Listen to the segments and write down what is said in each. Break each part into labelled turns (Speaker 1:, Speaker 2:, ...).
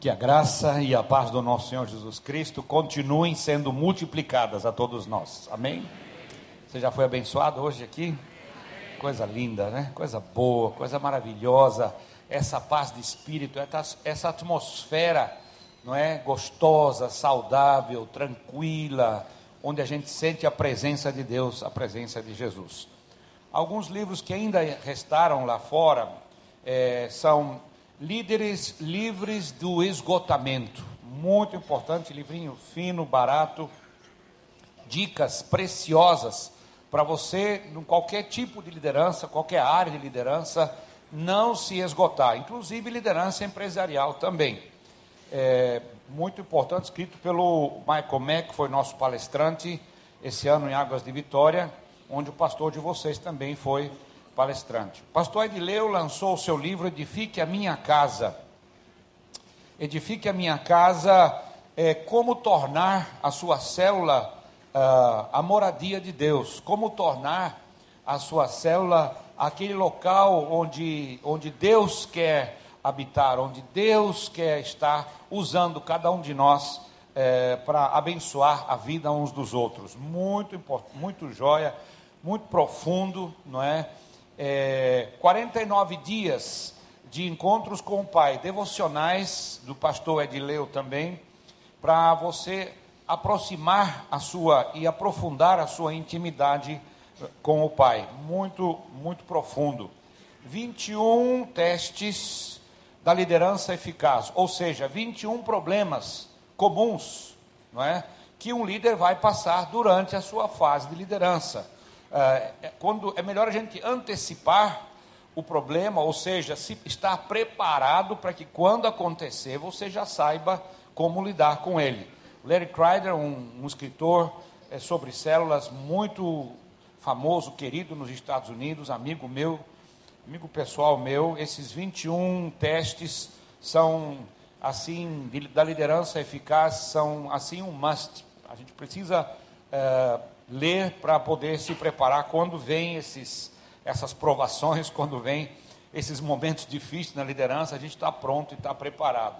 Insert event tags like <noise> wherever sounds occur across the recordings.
Speaker 1: Que a graça e a paz do nosso Senhor Jesus Cristo continuem sendo multiplicadas a todos nós. Amém? Você já foi abençoado hoje aqui? Coisa linda, né? Coisa boa, coisa maravilhosa. Essa paz de espírito, essa atmosfera, não é? Gostosa, saudável, tranquila, onde a gente sente a presença de Deus, a presença de Jesus. Alguns livros que ainda restaram lá fora é, são Líderes Livres do Esgotamento. Muito importante, livrinho fino, barato. Dicas preciosas para você, em qualquer tipo de liderança, qualquer área de liderança, não se esgotar. Inclusive liderança empresarial também. É, muito importante, escrito pelo Michael Mack, que foi nosso palestrante esse ano em Águas de Vitória, onde o pastor de vocês também foi palestrante. Pastor Edileu lançou o seu livro Edifique a Minha Casa. Edifique a Minha Casa é como tornar a sua célula ah, a moradia de Deus, como tornar a sua célula aquele local onde, onde Deus quer habitar, onde Deus quer estar usando cada um de nós eh, para abençoar a vida uns dos outros. Muito, muito joia, muito profundo, não é? é, 49 dias de encontros com o Pai, devocionais do pastor Edileu também, para você aproximar a sua e aprofundar a sua intimidade eh, com o Pai. Muito, muito profundo. 21 testes da liderança eficaz, ou seja, 21 problemas comuns, não é? Que um líder vai passar durante a sua fase de liderança. É, quando é melhor a gente antecipar o problema, ou seja, se estar preparado para que quando acontecer você já saiba como lidar com ele. Larry Crider, um, um escritor é, sobre células muito famoso, querido nos Estados Unidos, amigo meu, amigo pessoal meu, esses 21 testes são assim de, da liderança eficaz são assim um must. A gente precisa é, ler para poder se preparar quando vem esses, essas provações, <laughs> quando vem esses momentos difíceis na liderança, a gente está pronto e está preparado.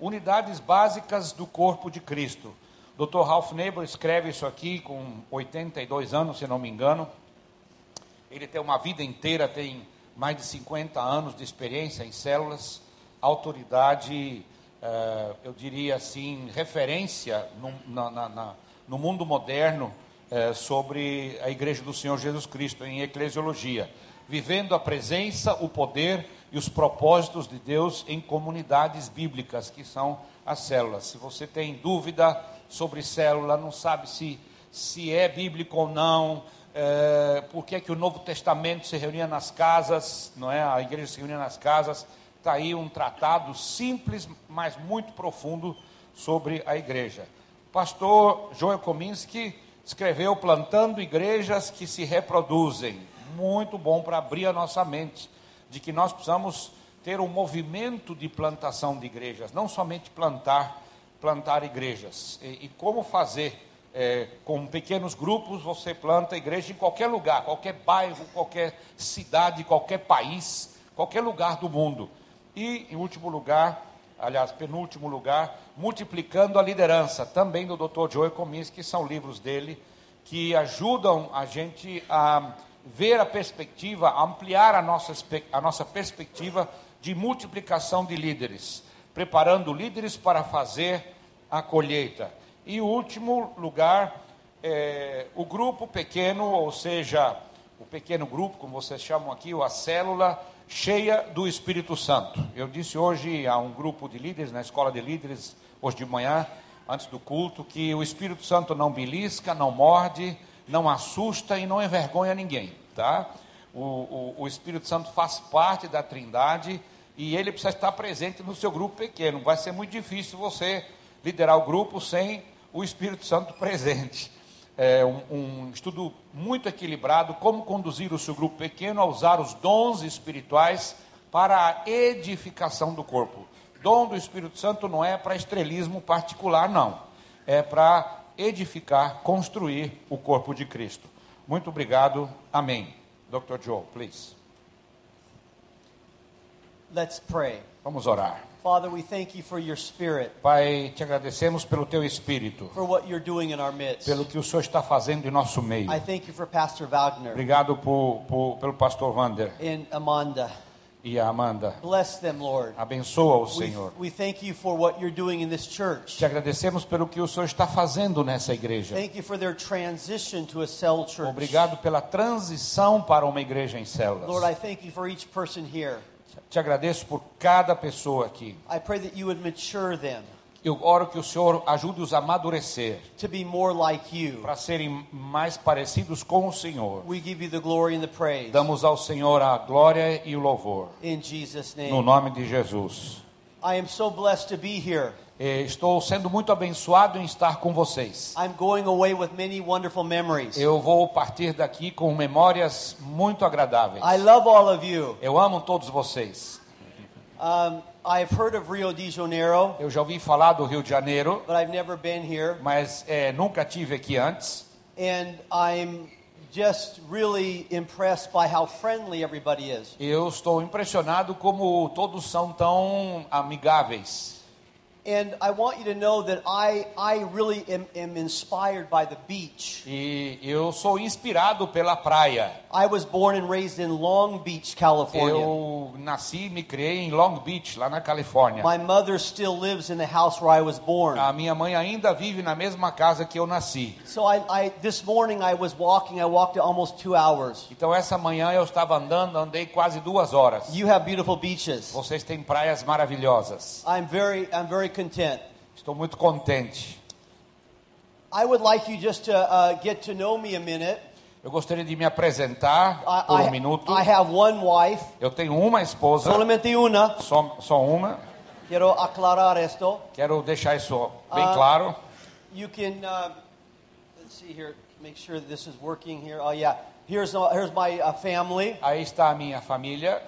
Speaker 1: Unidades básicas do corpo de Cristo. Dr. Ralph Neighbor escreve isso aqui com 82 anos, se não me engano. Ele tem uma vida inteira, tem mais de 50 anos de experiência em células, autoridade, eh, eu diria assim, referência no, na, na, no mundo moderno é, sobre a Igreja do Senhor Jesus Cristo em eclesiologia, vivendo a presença, o poder e os propósitos de Deus em comunidades bíblicas, que são as células. Se você tem dúvida sobre célula, não sabe se, se é bíblico ou não, é, por que, é que o Novo Testamento se reunia nas casas, não é? A igreja se reunia nas casas. Está aí um tratado simples, mas muito profundo sobre a igreja. Pastor Joel Kominski escreveu Plantando Igrejas que se Reproduzem. Muito bom para abrir a nossa mente de que nós precisamos ter um movimento de plantação de igrejas, não somente plantar, plantar igrejas. E, e como fazer? É, com pequenos grupos você planta igreja em qualquer lugar, qualquer bairro, qualquer cidade, qualquer país, qualquer lugar do mundo. E, em último lugar, aliás, penúltimo lugar, Multiplicando a Liderança, também do Dr. Joe Comins, que são livros dele que ajudam a gente a ver a perspectiva, a ampliar a nossa, a nossa perspectiva de multiplicação de líderes, preparando líderes para fazer a colheita. E último lugar, é, o grupo pequeno, ou seja, o pequeno grupo, como vocês chamam aqui, ou a célula, cheia do Espírito Santo. Eu disse hoje a um grupo de líderes, na escola de líderes, hoje de manhã, antes do culto, que o Espírito Santo não belisca, não morde, não assusta e não envergonha ninguém, tá? O, o, o Espírito Santo faz parte da Trindade e ele precisa estar presente no seu grupo pequeno. Vai ser muito difícil você liderar o grupo sem o Espírito Santo <laughs> presente. É um, um, estudo muito equilibrado, como conduzir o seu grupo pequeno a usar os dons espirituais para a edificação do corpo. Dom do Espírito Santo não é para estrelismo particular, não. É para edificar, construir o corpo de Cristo. Muito obrigado. Amém. Dr. Joe, please.
Speaker 2: Let's pray.
Speaker 1: Vamos orar.
Speaker 2: Father, we thank you for your spirit,
Speaker 1: Pai, te agradecemos pelo teu espírito,
Speaker 2: for what you're doing in our midst.
Speaker 1: pelo que o Senhor está fazendo em nosso meio.
Speaker 2: I thank you for Pastor Wagner
Speaker 1: Obrigado por- por- pelo pastor Wander
Speaker 2: and Amanda.
Speaker 1: e a Amanda.
Speaker 2: Bless them, Lord.
Speaker 1: Abençoa o
Speaker 2: We,
Speaker 1: Senhor.
Speaker 2: we thank you for what you're doing in this church.
Speaker 1: Te agradecemos pelo que o Senhor está fazendo nessa igreja.
Speaker 2: Thank you for their transition to a cell church.
Speaker 1: Obrigado pela transição para uma igreja em
Speaker 2: Lord,
Speaker 1: células.
Speaker 2: I thank you for each person here.
Speaker 1: Te agradeço por cada pessoa aqui.
Speaker 2: I pray that you would mature them
Speaker 1: Eu oro que o Senhor ajude-os a amadurecer
Speaker 2: to be more like you.
Speaker 1: para serem mais parecidos com o Senhor.
Speaker 2: We give you the glory and the praise.
Speaker 1: Damos ao Senhor a glória e o louvor.
Speaker 2: In Jesus'
Speaker 1: No
Speaker 2: name.
Speaker 1: nome de Jesus.
Speaker 2: I am so blessed to be here.
Speaker 1: Eh, Estou sendo muito abençoado em estar com vocês.
Speaker 2: I'm going away with many wonderful memories.
Speaker 1: Eu vou partir daqui com memórias muito agradáveis.
Speaker 2: I love all of you.
Speaker 1: Eu amo todos vocês.
Speaker 2: Um, I've heard of Rio de Janeiro,
Speaker 1: Eu já ouvi falar do Rio de Janeiro,
Speaker 2: but I've never been here.
Speaker 1: mas eh, nunca tive aqui antes.
Speaker 2: And I'm just really impressed by how friendly everybody is.
Speaker 1: Eu estou impressionado como todos são tão amigáveis.
Speaker 2: And I want you to know that I, I really am, am inspired by the beach.
Speaker 1: E eu sou inspirado pela praia.
Speaker 2: I was born and raised in Long Beach, California.
Speaker 1: Eu nasci e me criei em Long Beach, lá na Califórnia.
Speaker 2: My mother still lives in the house where I was born.
Speaker 1: A minha mãe ainda vive na mesma casa que eu nasci.
Speaker 2: So I, I this morning I was walking. I walked almost two hours.
Speaker 1: Então essa manhã eu estava andando, andei quase duas horas.
Speaker 2: You have beautiful beaches.
Speaker 1: Vocês têm praias maravilhosas.
Speaker 2: I'm very I'm very content.
Speaker 1: Estou muito contente.
Speaker 2: I would like you just to uh, get to know me a minute.
Speaker 1: Eu gostaria de me apresentar
Speaker 2: I,
Speaker 1: por um
Speaker 2: I-
Speaker 1: minuto.
Speaker 2: I have one wife,
Speaker 1: Eu tenho uma esposa,
Speaker 2: solamente una.
Speaker 1: só, só uma.
Speaker 2: Quiero aclarar esto.
Speaker 1: Quero deixar isso bem
Speaker 2: Ah.
Speaker 1: claro.
Speaker 2: You can uh, let's see here. Make sure that this is working here. Oh yeah. Here's uh, here's my uh, family.
Speaker 1: Aí está a minha família.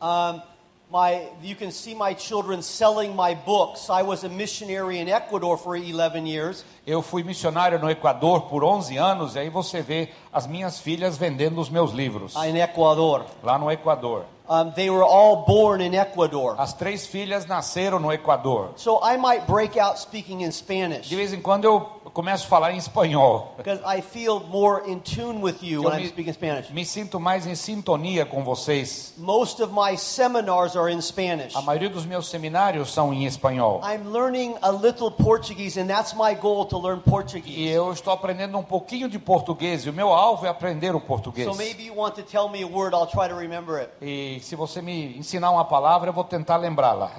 Speaker 2: Um, my, you can see my children selling my books. I was a missionary in Ecuador for 11 years.
Speaker 1: Eu fui missionário no Equador por 11 anos. E aí você vê as minhas filhas vendendo os meus livros
Speaker 2: uh, In Ecuador.
Speaker 1: lá no Equador.
Speaker 2: Um, they were all born in Ecuador.
Speaker 1: As três filhas nasceram no Equador.
Speaker 2: So I might break out speaking in Spanish
Speaker 1: De vez em quando eu começo a falar em espanhol.
Speaker 2: because I feel more in tune with you when I'm speaking Spanish.
Speaker 1: Me sinto mais em sintonia com vocês.
Speaker 2: Most of my seminars are in Spanish.
Speaker 1: A maioria dos meus seminários são em espanhol.
Speaker 2: I'm learning a little Portuguese, and that's my goal to learn
Speaker 1: E
Speaker 2: Portuguese.
Speaker 1: eu estou aprendendo um pouquinho de português. E o meu alvo é aprender o português.
Speaker 2: So maybe you want to tell me a word, I'll try to remember it.
Speaker 1: E se você me ensinar uma palavra, eu vou tentar lembrá-la.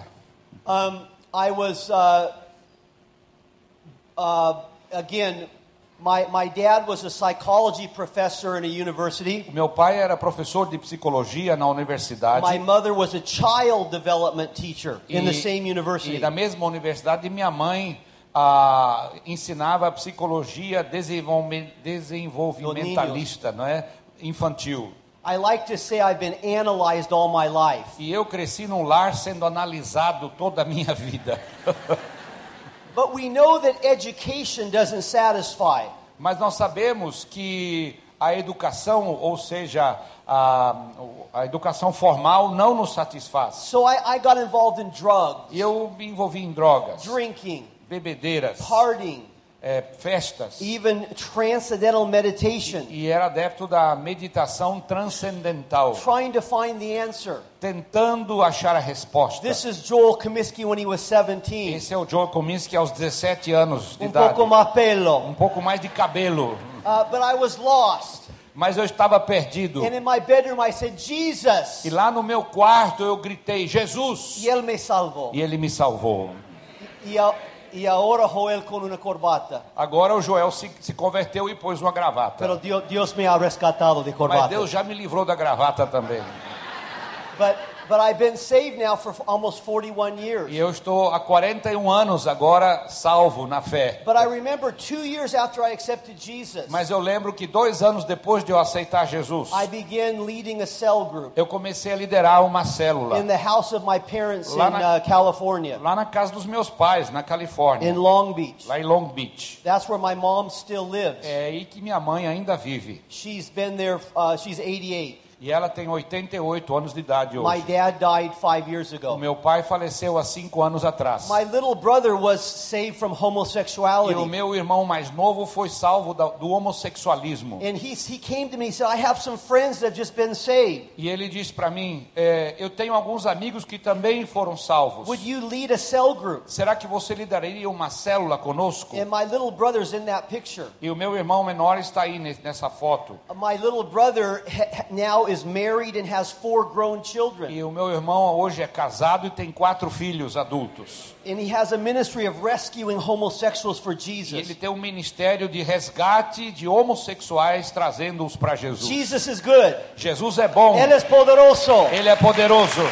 Speaker 2: Um, I was, uh, uh, again, my, my dad was a psychology professor in a university.
Speaker 1: Meu pai era professor de psicologia na universidade.
Speaker 2: My mother was a child development teacher in the same
Speaker 1: e
Speaker 2: university.
Speaker 1: da mesma universidade, minha mãe ah, ensinava psicologia desenvolve- desenvolvimentalista, não é? Infantil.
Speaker 2: I like to say I've been analyzed all my life.
Speaker 1: E eu cresci num lar sendo analisado toda a minha <laughs> vida.
Speaker 2: But we know that education doesn't satisfy.
Speaker 1: Mas nós sabemos que a educação, ou seja, a, a educação formal não nos satisfaz.
Speaker 2: So I, I got involved in drugs,
Speaker 1: E eu me envolvi em drogas,
Speaker 2: drinking,
Speaker 1: bebedeiras,
Speaker 2: partying,
Speaker 1: eh, festas.
Speaker 2: even transcendental meditation,
Speaker 1: E era adepto da meditação transcendental,
Speaker 2: trying to find the answer.
Speaker 1: tentando achar a resposta.
Speaker 2: This is Joel Comiskey when he was 17.
Speaker 1: Esse é o Joel Kominsky aos 17 anos de
Speaker 2: Un
Speaker 1: idade.
Speaker 2: poco más pelo.
Speaker 1: Um pouco Um mais de cabelo.
Speaker 2: Uh, but I was lost.
Speaker 1: Mas eu estava perdido.
Speaker 2: And in my bedroom I said, Jesus.
Speaker 1: E lá no meu quarto eu gritei, Jesus!
Speaker 2: Y él me salvó.
Speaker 1: E ele me salvou.
Speaker 2: Y, a- y ahora Joel con una corbata.
Speaker 1: Agora o Joel se, se converteu e pôs uma
Speaker 2: Pero
Speaker 1: gravata.
Speaker 2: Dios, Dios me ha rescatado de
Speaker 1: Mas
Speaker 2: corbata.
Speaker 1: Deus já me livrou da gravata também.
Speaker 2: But, but I've been saved now for f- almost 41 years.
Speaker 1: E eu estou há 41 anos agora salvo na fé.
Speaker 2: But I remember two years after I accepted Jesus,
Speaker 1: Mas eu lembro que dois anos depois de eu aceitar Jesus,
Speaker 2: I began leading a cell group
Speaker 1: eu comecei a liderar uma
Speaker 2: in
Speaker 1: célula
Speaker 2: the house of my parents in
Speaker 1: Lá na-
Speaker 2: uh, California,
Speaker 1: lá na casa dos meus pais, na Califórnia,
Speaker 2: in Long Beach.
Speaker 1: lá em Long Beach.
Speaker 2: That's where my mom still lives.
Speaker 1: Eh. É aí que minha mãe ainda vive.
Speaker 2: She's been there, uh, she's 88.
Speaker 1: E ela tem 88 anos de idade
Speaker 2: My
Speaker 1: hoje.
Speaker 2: dad died five years
Speaker 1: O
Speaker 2: ago.
Speaker 1: meu pai faleceu há cinco anos atrás.
Speaker 2: My little brother was saved from
Speaker 1: E o
Speaker 2: homosexuality.
Speaker 1: meu irmão mais novo foi salvo da- do homossexualismo.
Speaker 2: And he, he came to me and said, I have some friends that have just been saved.
Speaker 1: E ele disse para mim: é, Eu tenho alguns amigos que também foram salvos.
Speaker 2: Would you lead a cell group?
Speaker 1: Será que você lideraria uma célula conosco?
Speaker 2: And my little brother's in that picture.
Speaker 1: E o meu irmão menor está aí ne- nessa foto.
Speaker 2: My little brother ha- ha- now is married and has four grown children.
Speaker 1: E o meu irmão hoje é casado e tem quatro filhos adultos.
Speaker 2: And he has a ministry of rescuing homosexuals for
Speaker 1: E ele
Speaker 2: Jesus.
Speaker 1: tem um ministério de resgate de homossexuais, trazendo-os para Jesus.
Speaker 2: Jesus is good.
Speaker 1: Jesus é bom,
Speaker 2: Él es poderoso.
Speaker 1: ele é poderoso.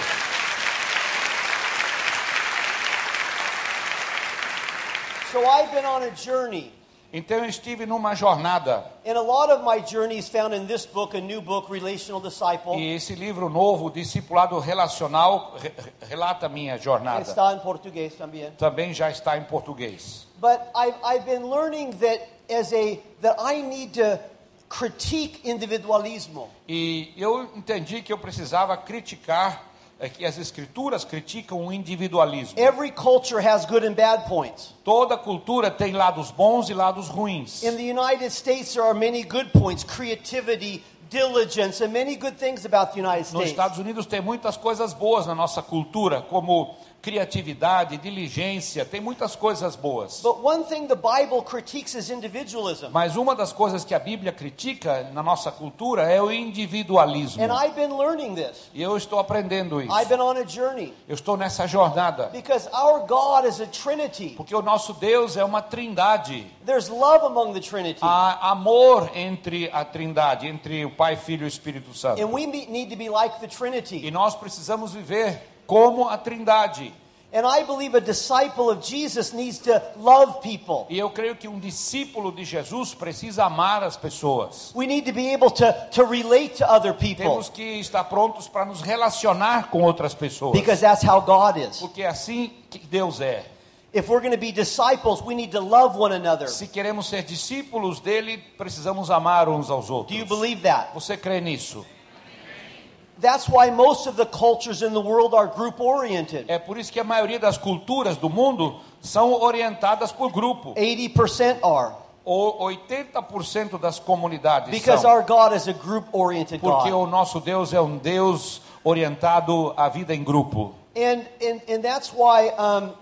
Speaker 2: So I've been on a journey.
Speaker 1: Então eu estive numa jornada.
Speaker 2: And a lot of my journey is found in this book, a new book, Relational Disciple.
Speaker 1: E esse livro novo, Discipulado Relacional, re- re- relata minha jornada.
Speaker 2: Está en portugués también.
Speaker 1: Também já está em português.
Speaker 2: But I've, I've been learning that as a that I need to critique individualismo.
Speaker 1: E eu entendi que eu precisava criticar, é, que as escrituras criticam o individualismo.
Speaker 2: Every culture has good and bad points.
Speaker 1: Toda cultura tem lados bons e lados ruins.
Speaker 2: In the United States, there are many good points: creativity, diligence, and many good things about the United
Speaker 1: Nos
Speaker 2: States.
Speaker 1: Estados Unidos tem muitas coisas boas na nossa cultura, como criatividade, diligência, tem muitas coisas boas.
Speaker 2: But one thing the Bible critiques is individualism.
Speaker 1: Mas uma das coisas que a Bíblia critica na nossa cultura é o individualismo.
Speaker 2: And I've been learning this.
Speaker 1: E eu estou aprendendo isso.
Speaker 2: I've been on a journey
Speaker 1: Eu estou nessa jornada.
Speaker 2: because our God is a Trinity.
Speaker 1: Porque o nosso Deus é uma trindade.
Speaker 2: There's love among the Trinity,
Speaker 1: Há amor entre a trindade, entre o Pai, Filho e o Espírito Santo.
Speaker 2: and we me- need to be like the Trinity.
Speaker 1: E nós precisamos viver como a trindade.
Speaker 2: And I believe a disciple of Jesus needs to love people.
Speaker 1: E eu creio que um discípulo de Jesus precisa amar as pessoas.
Speaker 2: We need to be able to, to relate to other people
Speaker 1: Temos que estar prontos para nos relacionar com outras pessoas.
Speaker 2: because that's how God is.
Speaker 1: Porque é assim que Deus é.
Speaker 2: If we're going to be disciples, we need to love one another.
Speaker 1: Se queremos ser discípulos dele, precisamos amar uns aos
Speaker 2: Do you
Speaker 1: outros.
Speaker 2: believe that?
Speaker 1: Você crê nisso?
Speaker 2: That's why most of the cultures in the world are group oriented.
Speaker 1: É por isso que a maioria das culturas do mundo são orientadas por grupo.
Speaker 2: 80% are
Speaker 1: Ou 80% das comunidades
Speaker 2: because
Speaker 1: são.
Speaker 2: our God is a group oriented
Speaker 1: Porque
Speaker 2: God.
Speaker 1: o nosso Deus é um Deus orientado à vida em grupo.
Speaker 2: And, and, and that's why um,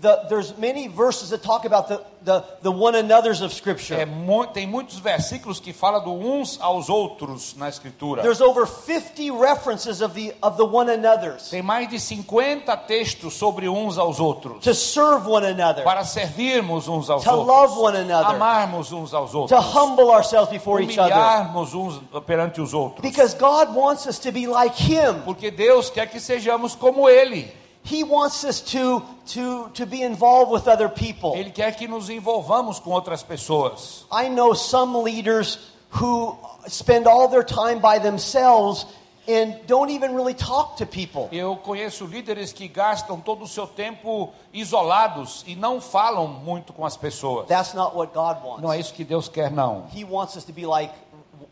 Speaker 2: the, there's many verses that talk about the, the, the one another's of
Speaker 1: É
Speaker 2: Scripture.
Speaker 1: mu- tem muitos versículos que falam do uns aos outros na Escritura.
Speaker 2: There's over 50 references of the, of the one another's.
Speaker 1: Tem mais de 50 textos sobre uns aos outros.
Speaker 2: to serve one another,
Speaker 1: Para servirmos uns aos
Speaker 2: to
Speaker 1: outros.
Speaker 2: love one another,
Speaker 1: Amarmos uns aos
Speaker 2: to
Speaker 1: outros.
Speaker 2: humble ourselves before each other.
Speaker 1: Humilharmos uns perante os outros.
Speaker 2: Because God wants us to be like Him.
Speaker 1: Porque Deus quer que sejamos como Ele.
Speaker 2: He wants us to, to, to be involved with other people.
Speaker 1: Ele quer que nos envolvamos com outras pessoas.
Speaker 2: I know some leaders who spend all their time by themselves and don't even really talk to people.
Speaker 1: Eu conheço líderes que gastam todo o seu tempo isolados e não falam muito com as pessoas.
Speaker 2: That's not what God
Speaker 1: Não é
Speaker 2: wants.
Speaker 1: isso que Deus quer, não.
Speaker 2: He wants us to be like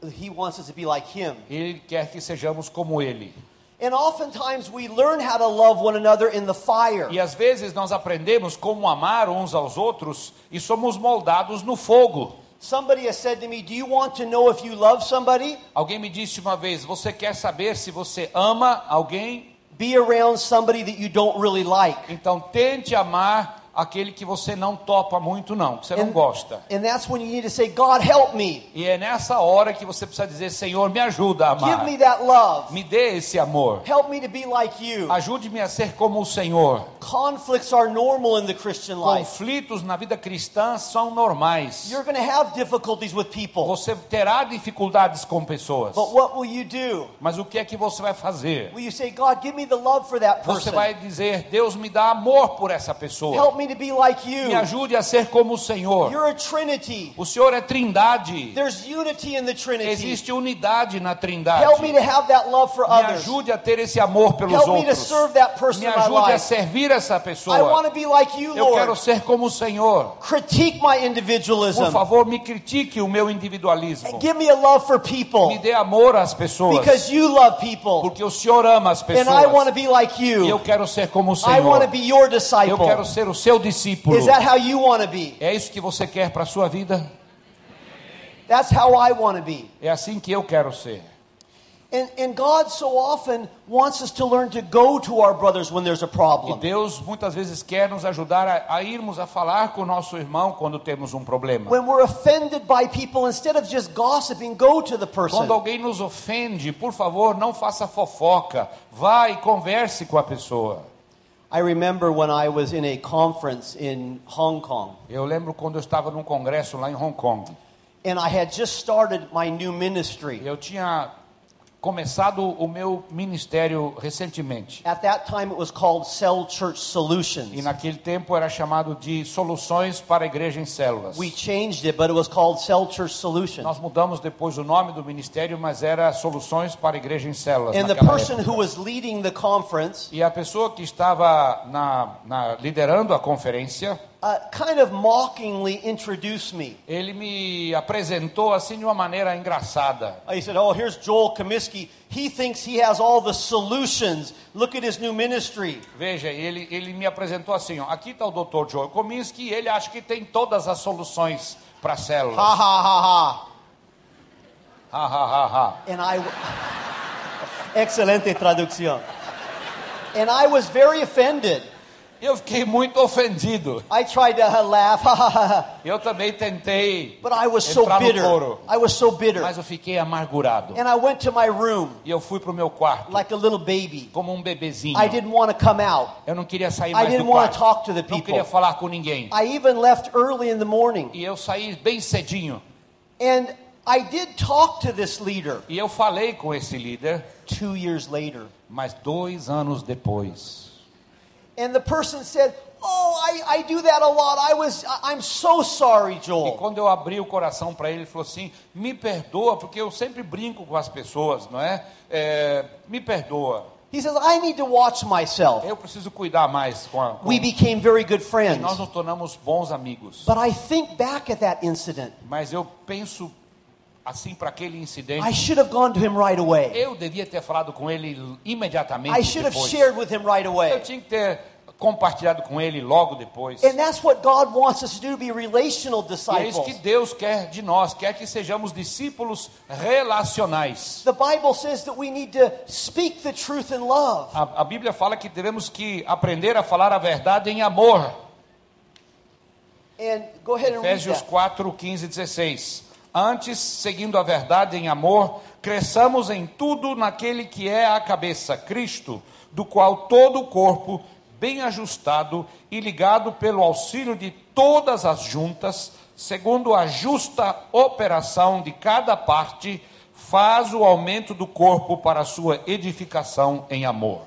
Speaker 2: He wants us to be like Him.
Speaker 1: Ele quer que sejamos como Ele.
Speaker 2: And oftentimes we learn how to love one another in the fire.
Speaker 1: E às vezes nós aprendemos como amar uns aos outros e somos moldados no fogo.
Speaker 2: Somebody has said to me, Do you want to know if you love somebody?
Speaker 1: Alguém me disse uma vez: Você quer saber se você ama alguém?
Speaker 2: Be around somebody that you don't really like.
Speaker 1: Então tente amar aquele que você não topa muito, não, que você não gosta.
Speaker 2: and that's when you need to say, God, help me.
Speaker 1: E é nessa hora que você precisa dizer: Senhor, me ajuda a amar.
Speaker 2: Give me that love.
Speaker 1: Me dê esse amor.
Speaker 2: Help me to be like you.
Speaker 1: Ajude-me a ser como o Senhor.
Speaker 2: Conflicts are normal in the Christian life.
Speaker 1: Conflitos na vida cristã são normais.
Speaker 2: You're going to have difficulties with people.
Speaker 1: Você terá dificuldades com pessoas.
Speaker 2: But what will you do?
Speaker 1: Mas o que é que você vai fazer?
Speaker 2: Will you say, God, give me the love for that
Speaker 1: Você
Speaker 2: person?
Speaker 1: vai dizer: Deus me dá amor por essa pessoa.
Speaker 2: Help me to be like
Speaker 1: Me
Speaker 2: you.
Speaker 1: ajude a ser como o Senhor.
Speaker 2: You're a Trinity.
Speaker 1: O Senhor é Trindade.
Speaker 2: There's unity in the Trinity.
Speaker 1: Existe unidade na
Speaker 2: Help
Speaker 1: Trindade.
Speaker 2: me
Speaker 1: Me
Speaker 2: to have that love for others.
Speaker 1: ajude a ter esse amor pelos
Speaker 2: Help me to
Speaker 1: outros.
Speaker 2: serve that person
Speaker 1: Me
Speaker 2: in my
Speaker 1: ajude a
Speaker 2: life.
Speaker 1: servir essa
Speaker 2: I want
Speaker 1: pessoa.
Speaker 2: to be like you,
Speaker 1: Eu quero
Speaker 2: Lord.
Speaker 1: ser como o Senhor.
Speaker 2: Critique my
Speaker 1: Por
Speaker 2: individualism.
Speaker 1: favor, me critique o meu individualismo.
Speaker 2: Give me a love for
Speaker 1: Me
Speaker 2: people
Speaker 1: dê amor às pessoas.
Speaker 2: because you love people.
Speaker 1: Porque o Senhor ama as
Speaker 2: And I
Speaker 1: pessoas.
Speaker 2: want to be like
Speaker 1: E eu
Speaker 2: you.
Speaker 1: quero ser como o
Speaker 2: I want
Speaker 1: Senhor.
Speaker 2: to be your
Speaker 1: Eu quero
Speaker 2: disciple.
Speaker 1: ser o seu discípulo.
Speaker 2: Is that how you want to be?
Speaker 1: É isso que você quer para a sua vida?
Speaker 2: That's how I want to be.
Speaker 1: É assim que eu quero ser.
Speaker 2: And, and God so often wants us to learn to go to our brothers when there's a
Speaker 1: E
Speaker 2: problem.
Speaker 1: Deus muitas vezes quer nos ajudar a, a irmos a falar com o nosso irmão quando temos um problema.
Speaker 2: When we're offended by people, instead of just gossiping, go to the person.
Speaker 1: Quando alguém nos ofende, por favor, não faça fofoca. Vá e converse com a pessoa.
Speaker 2: I remember when I was in a conference in Hong Kong,
Speaker 1: Eu lembro quando eu estava num congresso lá em Hong Kong.
Speaker 2: and I had just started my new ministry.
Speaker 1: Eu tinha começado o meu ministério recentemente.
Speaker 2: At that time, it was called Cell Church
Speaker 1: E
Speaker 2: Solutions.
Speaker 1: naquele tempo era chamado de Soluções para a Igreja em Células.
Speaker 2: We changed it, but it was called Cell Church Solutions.
Speaker 1: Nós mudamos depois o nome do ministério, mas era Soluções para a Igreja em Células.
Speaker 2: And the
Speaker 1: naquela
Speaker 2: person
Speaker 1: época.
Speaker 2: who was leading the conference
Speaker 1: E a pessoa que estava na, na- liderando a conferência,
Speaker 2: uh, kind of mockingly introduced me.
Speaker 1: ele me apresentou assim de uma maneira engraçada.
Speaker 2: He said, Oh, here's Joel Comiskey. He thinks he has all the solutions. Look at his new ministry.
Speaker 1: Veja, ele, ele me apresentou assim, ó, aqui está o Dr. Joel Kominsky, ele acha que tem todas as soluções para células.
Speaker 2: Ha ha ha
Speaker 1: Ha, ha, ha, ha.
Speaker 2: ha. And I. <laughs> Excelente traducción. And I was very offended.
Speaker 1: Eu fiquei muito ofendido.
Speaker 2: I tried to uh, laugh, ha ha ha ha.
Speaker 1: Eu também tentei,
Speaker 2: But I was so
Speaker 1: Entrar no
Speaker 2: bitter.
Speaker 1: coro.
Speaker 2: I was so bitter.
Speaker 1: mas eu fiquei amargurado.
Speaker 2: And I went to my room
Speaker 1: E eu fui para o meu quarto,
Speaker 2: like a little baby.
Speaker 1: como um bebezinho.
Speaker 2: I didn't want to come out.
Speaker 1: Eu não queria sair
Speaker 2: I
Speaker 1: mais do
Speaker 2: didn't want
Speaker 1: quarto.
Speaker 2: to talk to the
Speaker 1: Não queria
Speaker 2: people.
Speaker 1: falar com ninguém.
Speaker 2: I even left early in the morning.
Speaker 1: E eu saí bem cedinho.
Speaker 2: And I did talk to this leader
Speaker 1: E eu falei com esse líder,
Speaker 2: two years later.
Speaker 1: mas dois anos depois.
Speaker 2: And the person said, "Oh, I, I do that a lot. I was I- I'm so sorry,
Speaker 1: E
Speaker 2: Joel."
Speaker 1: quando eu abri o coração para ele, ele falou assim: Me perdoa, porque eu sempre brinco com as pessoas, não é? É, me perdoa.
Speaker 2: He says, "I need to watch myself."
Speaker 1: Eu preciso cuidar mais com a. Com...
Speaker 2: We became very good friends.
Speaker 1: Nós nos tornamos bons amigos.
Speaker 2: But I think back at that incident.
Speaker 1: Mas eu penso assim para aquele
Speaker 2: I
Speaker 1: incidente.
Speaker 2: should have gone to him right away.
Speaker 1: Eu devia ter falado com ele imediatamente.
Speaker 2: I should have
Speaker 1: depois.
Speaker 2: shared with him right
Speaker 1: Eu
Speaker 2: away.
Speaker 1: tinha que ter compartilhado com ele logo depois.
Speaker 2: And that's what God wants us to do to be relational
Speaker 1: E é isso que
Speaker 2: disciples.
Speaker 1: Deus quer de nós, quer que sejamos discípulos relacionais.
Speaker 2: The Bible says that we need to speak the truth in love.
Speaker 1: A, a Bíblia fala que devemos que aprender a falar a verdade em amor.
Speaker 2: And go ahead and read
Speaker 1: Efésios
Speaker 2: that.
Speaker 1: 4, 15 e 16. Antes, seguindo a verdade em amor, cresçamos em tudo naquele que é a cabeça, Cristo, do qual todo o corpo, bem ajustado e ligado pelo auxílio de todas as juntas, segundo a justa operação de cada parte, faz o aumento do corpo para a sua edificação em amor.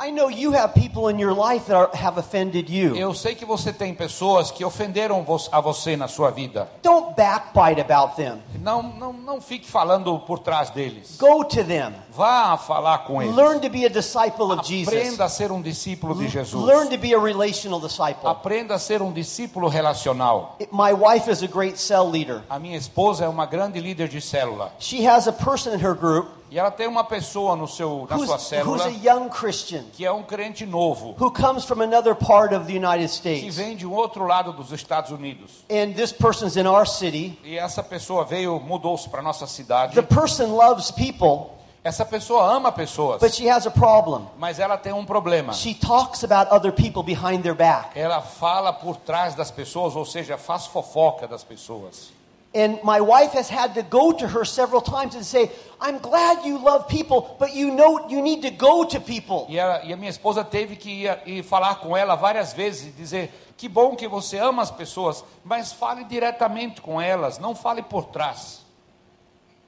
Speaker 2: I know you have people in your life that are, have offended you.
Speaker 1: Eu sei que você tem pessoas que ofenderam vo- a você na sua vida.
Speaker 2: Don't backbite about them.
Speaker 1: Não, não, não fique falando por trás deles.
Speaker 2: Go to them.
Speaker 1: Vá falar com eles.
Speaker 2: Learn to be a disciple of Jesus.
Speaker 1: Aprenda a ser um discípulo de
Speaker 2: Learn
Speaker 1: Jesus.
Speaker 2: to be a relational disciple.
Speaker 1: Aprenda a ser um discípulo relacional.
Speaker 2: It- My wife is a great cell leader.
Speaker 1: A minha esposa é uma grande líder de célula.
Speaker 2: She has a person in her group
Speaker 1: E ela tem uma pessoa no seu, na sua
Speaker 2: who's, who's
Speaker 1: célula
Speaker 2: a young Christian
Speaker 1: que é um crente novo,
Speaker 2: who comes from another part of the United
Speaker 1: que
Speaker 2: States.
Speaker 1: vem de um outro lado dos Estados Unidos.
Speaker 2: And this person's in our city.
Speaker 1: E essa pessoa veio, mudou-se para nossa cidade.
Speaker 2: The person loves people,
Speaker 1: Essa pessoa ama pessoas,
Speaker 2: but she has a problem.
Speaker 1: mas ela tem um problema.
Speaker 2: She talks about other people behind their back.
Speaker 1: Ela fala por trás das pessoas, ou seja, faz fofoca das pessoas.
Speaker 2: And my wife has had to go to her several times and say, I'm glad you love people, but you know you need to go to people.
Speaker 1: E, ela- e a minha esposa teve que ir, a- ir falar com ela várias vezes e dizer: que bom que você ama as pessoas, mas fale diretamente com elas, não fale por trás.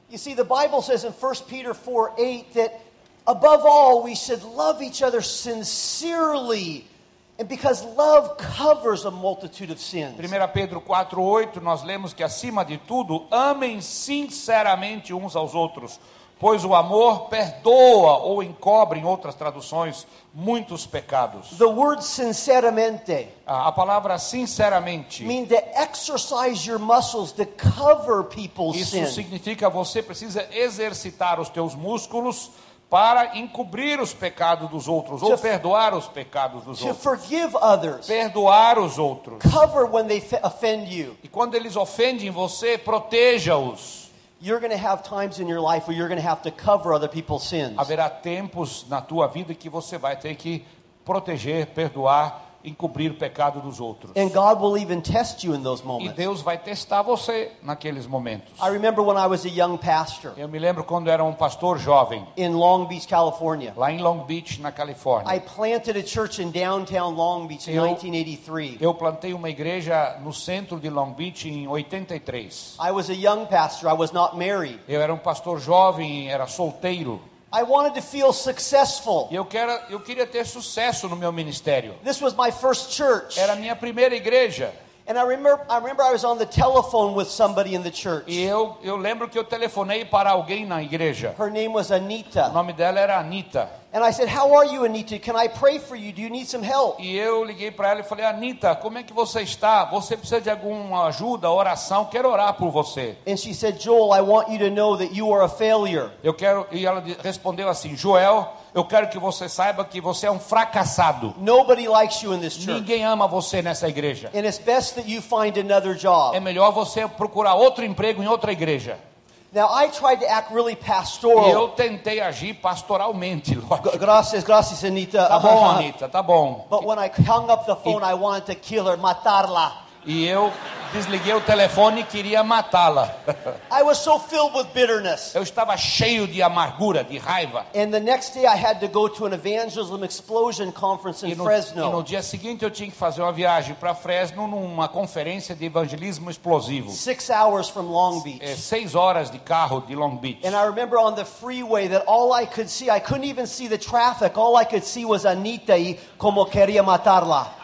Speaker 2: You see, the Bible says in 1 Peter 4 8 that above all, we should love each other sincerely. And because love covers a multitude of sins.
Speaker 1: 1 Pedro 4,8 nós lemos que acima de tudo, amem sinceramente uns aos outros, Pois o amor perdoa ou encobre, em outras traduções, muitos pecados.
Speaker 2: The word sinceramente
Speaker 1: A a palavra sinceramente,
Speaker 2: means to exercise your muscles to cover people's
Speaker 1: isso
Speaker 2: sin.
Speaker 1: significa você precisa exercitar os teus músculos para encobrir os pecados dos outros ou
Speaker 2: To-
Speaker 1: perdoar os pecados dos
Speaker 2: to
Speaker 1: outros.
Speaker 2: forgive others,
Speaker 1: Perdoar os outros.
Speaker 2: cover when they f- offend you.
Speaker 1: E quando eles ofendem você, proteja-os.
Speaker 2: You're going to have times in your life where you're going to have to cover other people's sins.
Speaker 1: Haverá tempos na tua vida que você vai ter que proteger, perdoar, encobrir o pecado dos outros.
Speaker 2: And God will even test you in those
Speaker 1: E
Speaker 2: moments.
Speaker 1: Deus vai testar você naqueles momentos.
Speaker 2: I remember when I was a young pastor
Speaker 1: Eu me lembro quando era um pastor jovem,
Speaker 2: in Long Beach, California.
Speaker 1: lá em Long Beach, na
Speaker 2: I
Speaker 1: Califórnia.
Speaker 2: planted a church in downtown Long Beach in
Speaker 1: Eu-
Speaker 2: 1983.
Speaker 1: Eu plantei uma igreja no centro de Long Beach em 83.
Speaker 2: I was a young pastor. I was not married.
Speaker 1: Eu era um pastor jovem, era solteiro.
Speaker 2: I wanted to feel successful.
Speaker 1: E eu, quero, eu queria ter sucesso no meu ministério.
Speaker 2: This was my first church.
Speaker 1: Era a minha primeira igreja.
Speaker 2: And I remember, I remember I was on the telephone with somebody in the church.
Speaker 1: E eu, eu lembro que eu telefonei para alguém na igreja.
Speaker 2: Her name was
Speaker 1: O
Speaker 2: Anita.
Speaker 1: nome dela era Anita.
Speaker 2: And I said, How are you, Anita? Can I pray for you? Do you need some help?
Speaker 1: E eu liguei para ela e falei: Anita, como é que você está? Você precisa de alguma ajuda, oração? Quero orar por você.
Speaker 2: And she said, Joel, I want you to know that you are a failure.
Speaker 1: Eu quero. E ela di- respondeu assim: Joel, eu quero que você saiba que você é um fracassado.
Speaker 2: Nobody likes you in this church.
Speaker 1: Ninguém ama você nessa igreja.
Speaker 2: And it's best that you find another
Speaker 1: É
Speaker 2: job.
Speaker 1: melhor você procurar outro emprego em outra igreja.
Speaker 2: Now, I tried to act
Speaker 1: E
Speaker 2: really
Speaker 1: eu
Speaker 2: pastoral.
Speaker 1: tentei agir pastoralmente, <laughs>
Speaker 2: G-
Speaker 1: lógico.
Speaker 2: Gracias, gracias, Anita.
Speaker 1: Tá
Speaker 2: <laughs>
Speaker 1: bom, Anitta, tá bom.
Speaker 2: But when I hung up the phone, I wanted to kill her, matarla.
Speaker 1: E eu desliguei o telefone e queria matá-la.
Speaker 2: I was so filled with bitterness.
Speaker 1: Eu estava cheio de amargura, de raiva.
Speaker 2: And the next day, I had to go to an evangelism explosion conference in
Speaker 1: E no, e no
Speaker 2: Fresno.
Speaker 1: dia seguinte eu tinha que fazer uma viagem para Fresno numa conferência de evangelismo explosivo.
Speaker 2: Six hours from Long
Speaker 1: É,
Speaker 2: Beach.
Speaker 1: seis horas de carro de Long Beach.
Speaker 2: And I remember on the freeway that all I could see, I couldn't even see the traffic. All I could see was Anita y como quería matarla.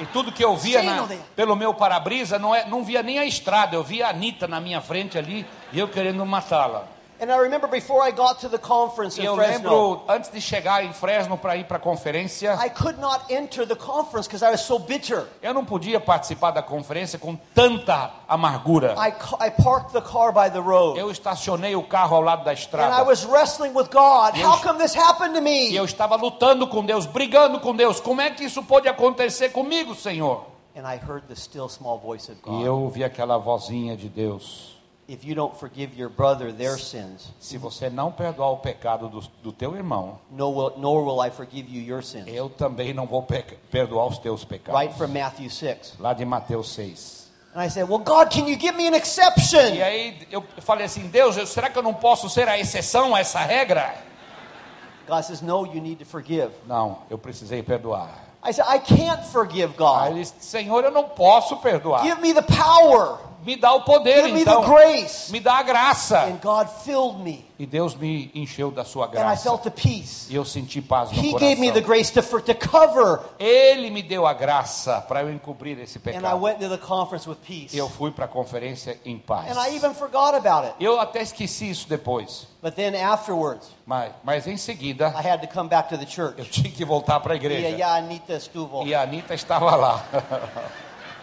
Speaker 1: E tudo que eu via
Speaker 2: Sim,
Speaker 1: na-
Speaker 2: não deu.
Speaker 1: pelo meu para-brisa não, é, não via nem a estrada. Eu via a Anitta na minha frente ali e eu querendo matá-la.
Speaker 2: And I remember before I got to the conference
Speaker 1: E
Speaker 2: in
Speaker 1: eu
Speaker 2: Fresno,
Speaker 1: lembro, antes de chegar em Fresno para ir para a conferência,
Speaker 2: I could not enter the conference because I was so bitter.
Speaker 1: eu não podia participar da conferência com tanta amargura.
Speaker 2: I, ca- I parked the car by the road.
Speaker 1: Eu estacionei o carro ao lado da
Speaker 2: And I
Speaker 1: estrada.
Speaker 2: was wrestling with God.
Speaker 1: Eu-
Speaker 2: How come this happened to
Speaker 1: E
Speaker 2: me?
Speaker 1: eu estava lutando com Deus, brigando com Deus. Como é que isso pode acontecer comigo, Senhor?
Speaker 2: And I heard the still small voice of
Speaker 1: E
Speaker 2: God.
Speaker 1: eu ouvi aquela vozinha de Deus.
Speaker 2: If you don't forgive your brother their sins,
Speaker 1: Se você não perdoar o pecado do, do teu irmão,
Speaker 2: no will, nor will I forgive you your sins.
Speaker 1: eu também não vou pe- perdoar os teus pecados.
Speaker 2: Right from Matthew 6.
Speaker 1: Lá de Mateus 6.
Speaker 2: And I said, Well, God, can you give me an
Speaker 1: E
Speaker 2: exception?
Speaker 1: aí eu falei assim, Deus, eu- será que eu não posso ser a exceção a essa regra?
Speaker 2: God says, No, you need to forgive.
Speaker 1: Não, eu precisei perdoar.
Speaker 2: I said, I can't forgive
Speaker 1: Aí
Speaker 2: God.
Speaker 1: ele disse, Senhor, eu não posso perdoar.
Speaker 2: Give me the power.
Speaker 1: Me dá o poder,
Speaker 2: Give me the
Speaker 1: então.
Speaker 2: grace.
Speaker 1: Me dá a graça.
Speaker 2: And God filled me.
Speaker 1: E Deus me encheu da sua
Speaker 2: And I
Speaker 1: graça.
Speaker 2: felt the peace.
Speaker 1: E eu senti paz no
Speaker 2: He gave me
Speaker 1: coração.
Speaker 2: the grace to, for, to cover.
Speaker 1: Ele me deu a graça para eu encobrir esse
Speaker 2: And I
Speaker 1: pecado.
Speaker 2: went to the conference with peace.
Speaker 1: E eu fui para a conferência em paz.
Speaker 2: And I even forgot about it.
Speaker 1: Eu até esqueci isso depois.
Speaker 2: But then afterwards,
Speaker 1: Mas, mas em seguida,
Speaker 2: I had to come back to the
Speaker 1: eu
Speaker 2: church.
Speaker 1: tinha que voltar para a
Speaker 2: Yeah,
Speaker 1: igreja.
Speaker 2: yeah, Anita estuvo.
Speaker 1: E a Anitta estava lá.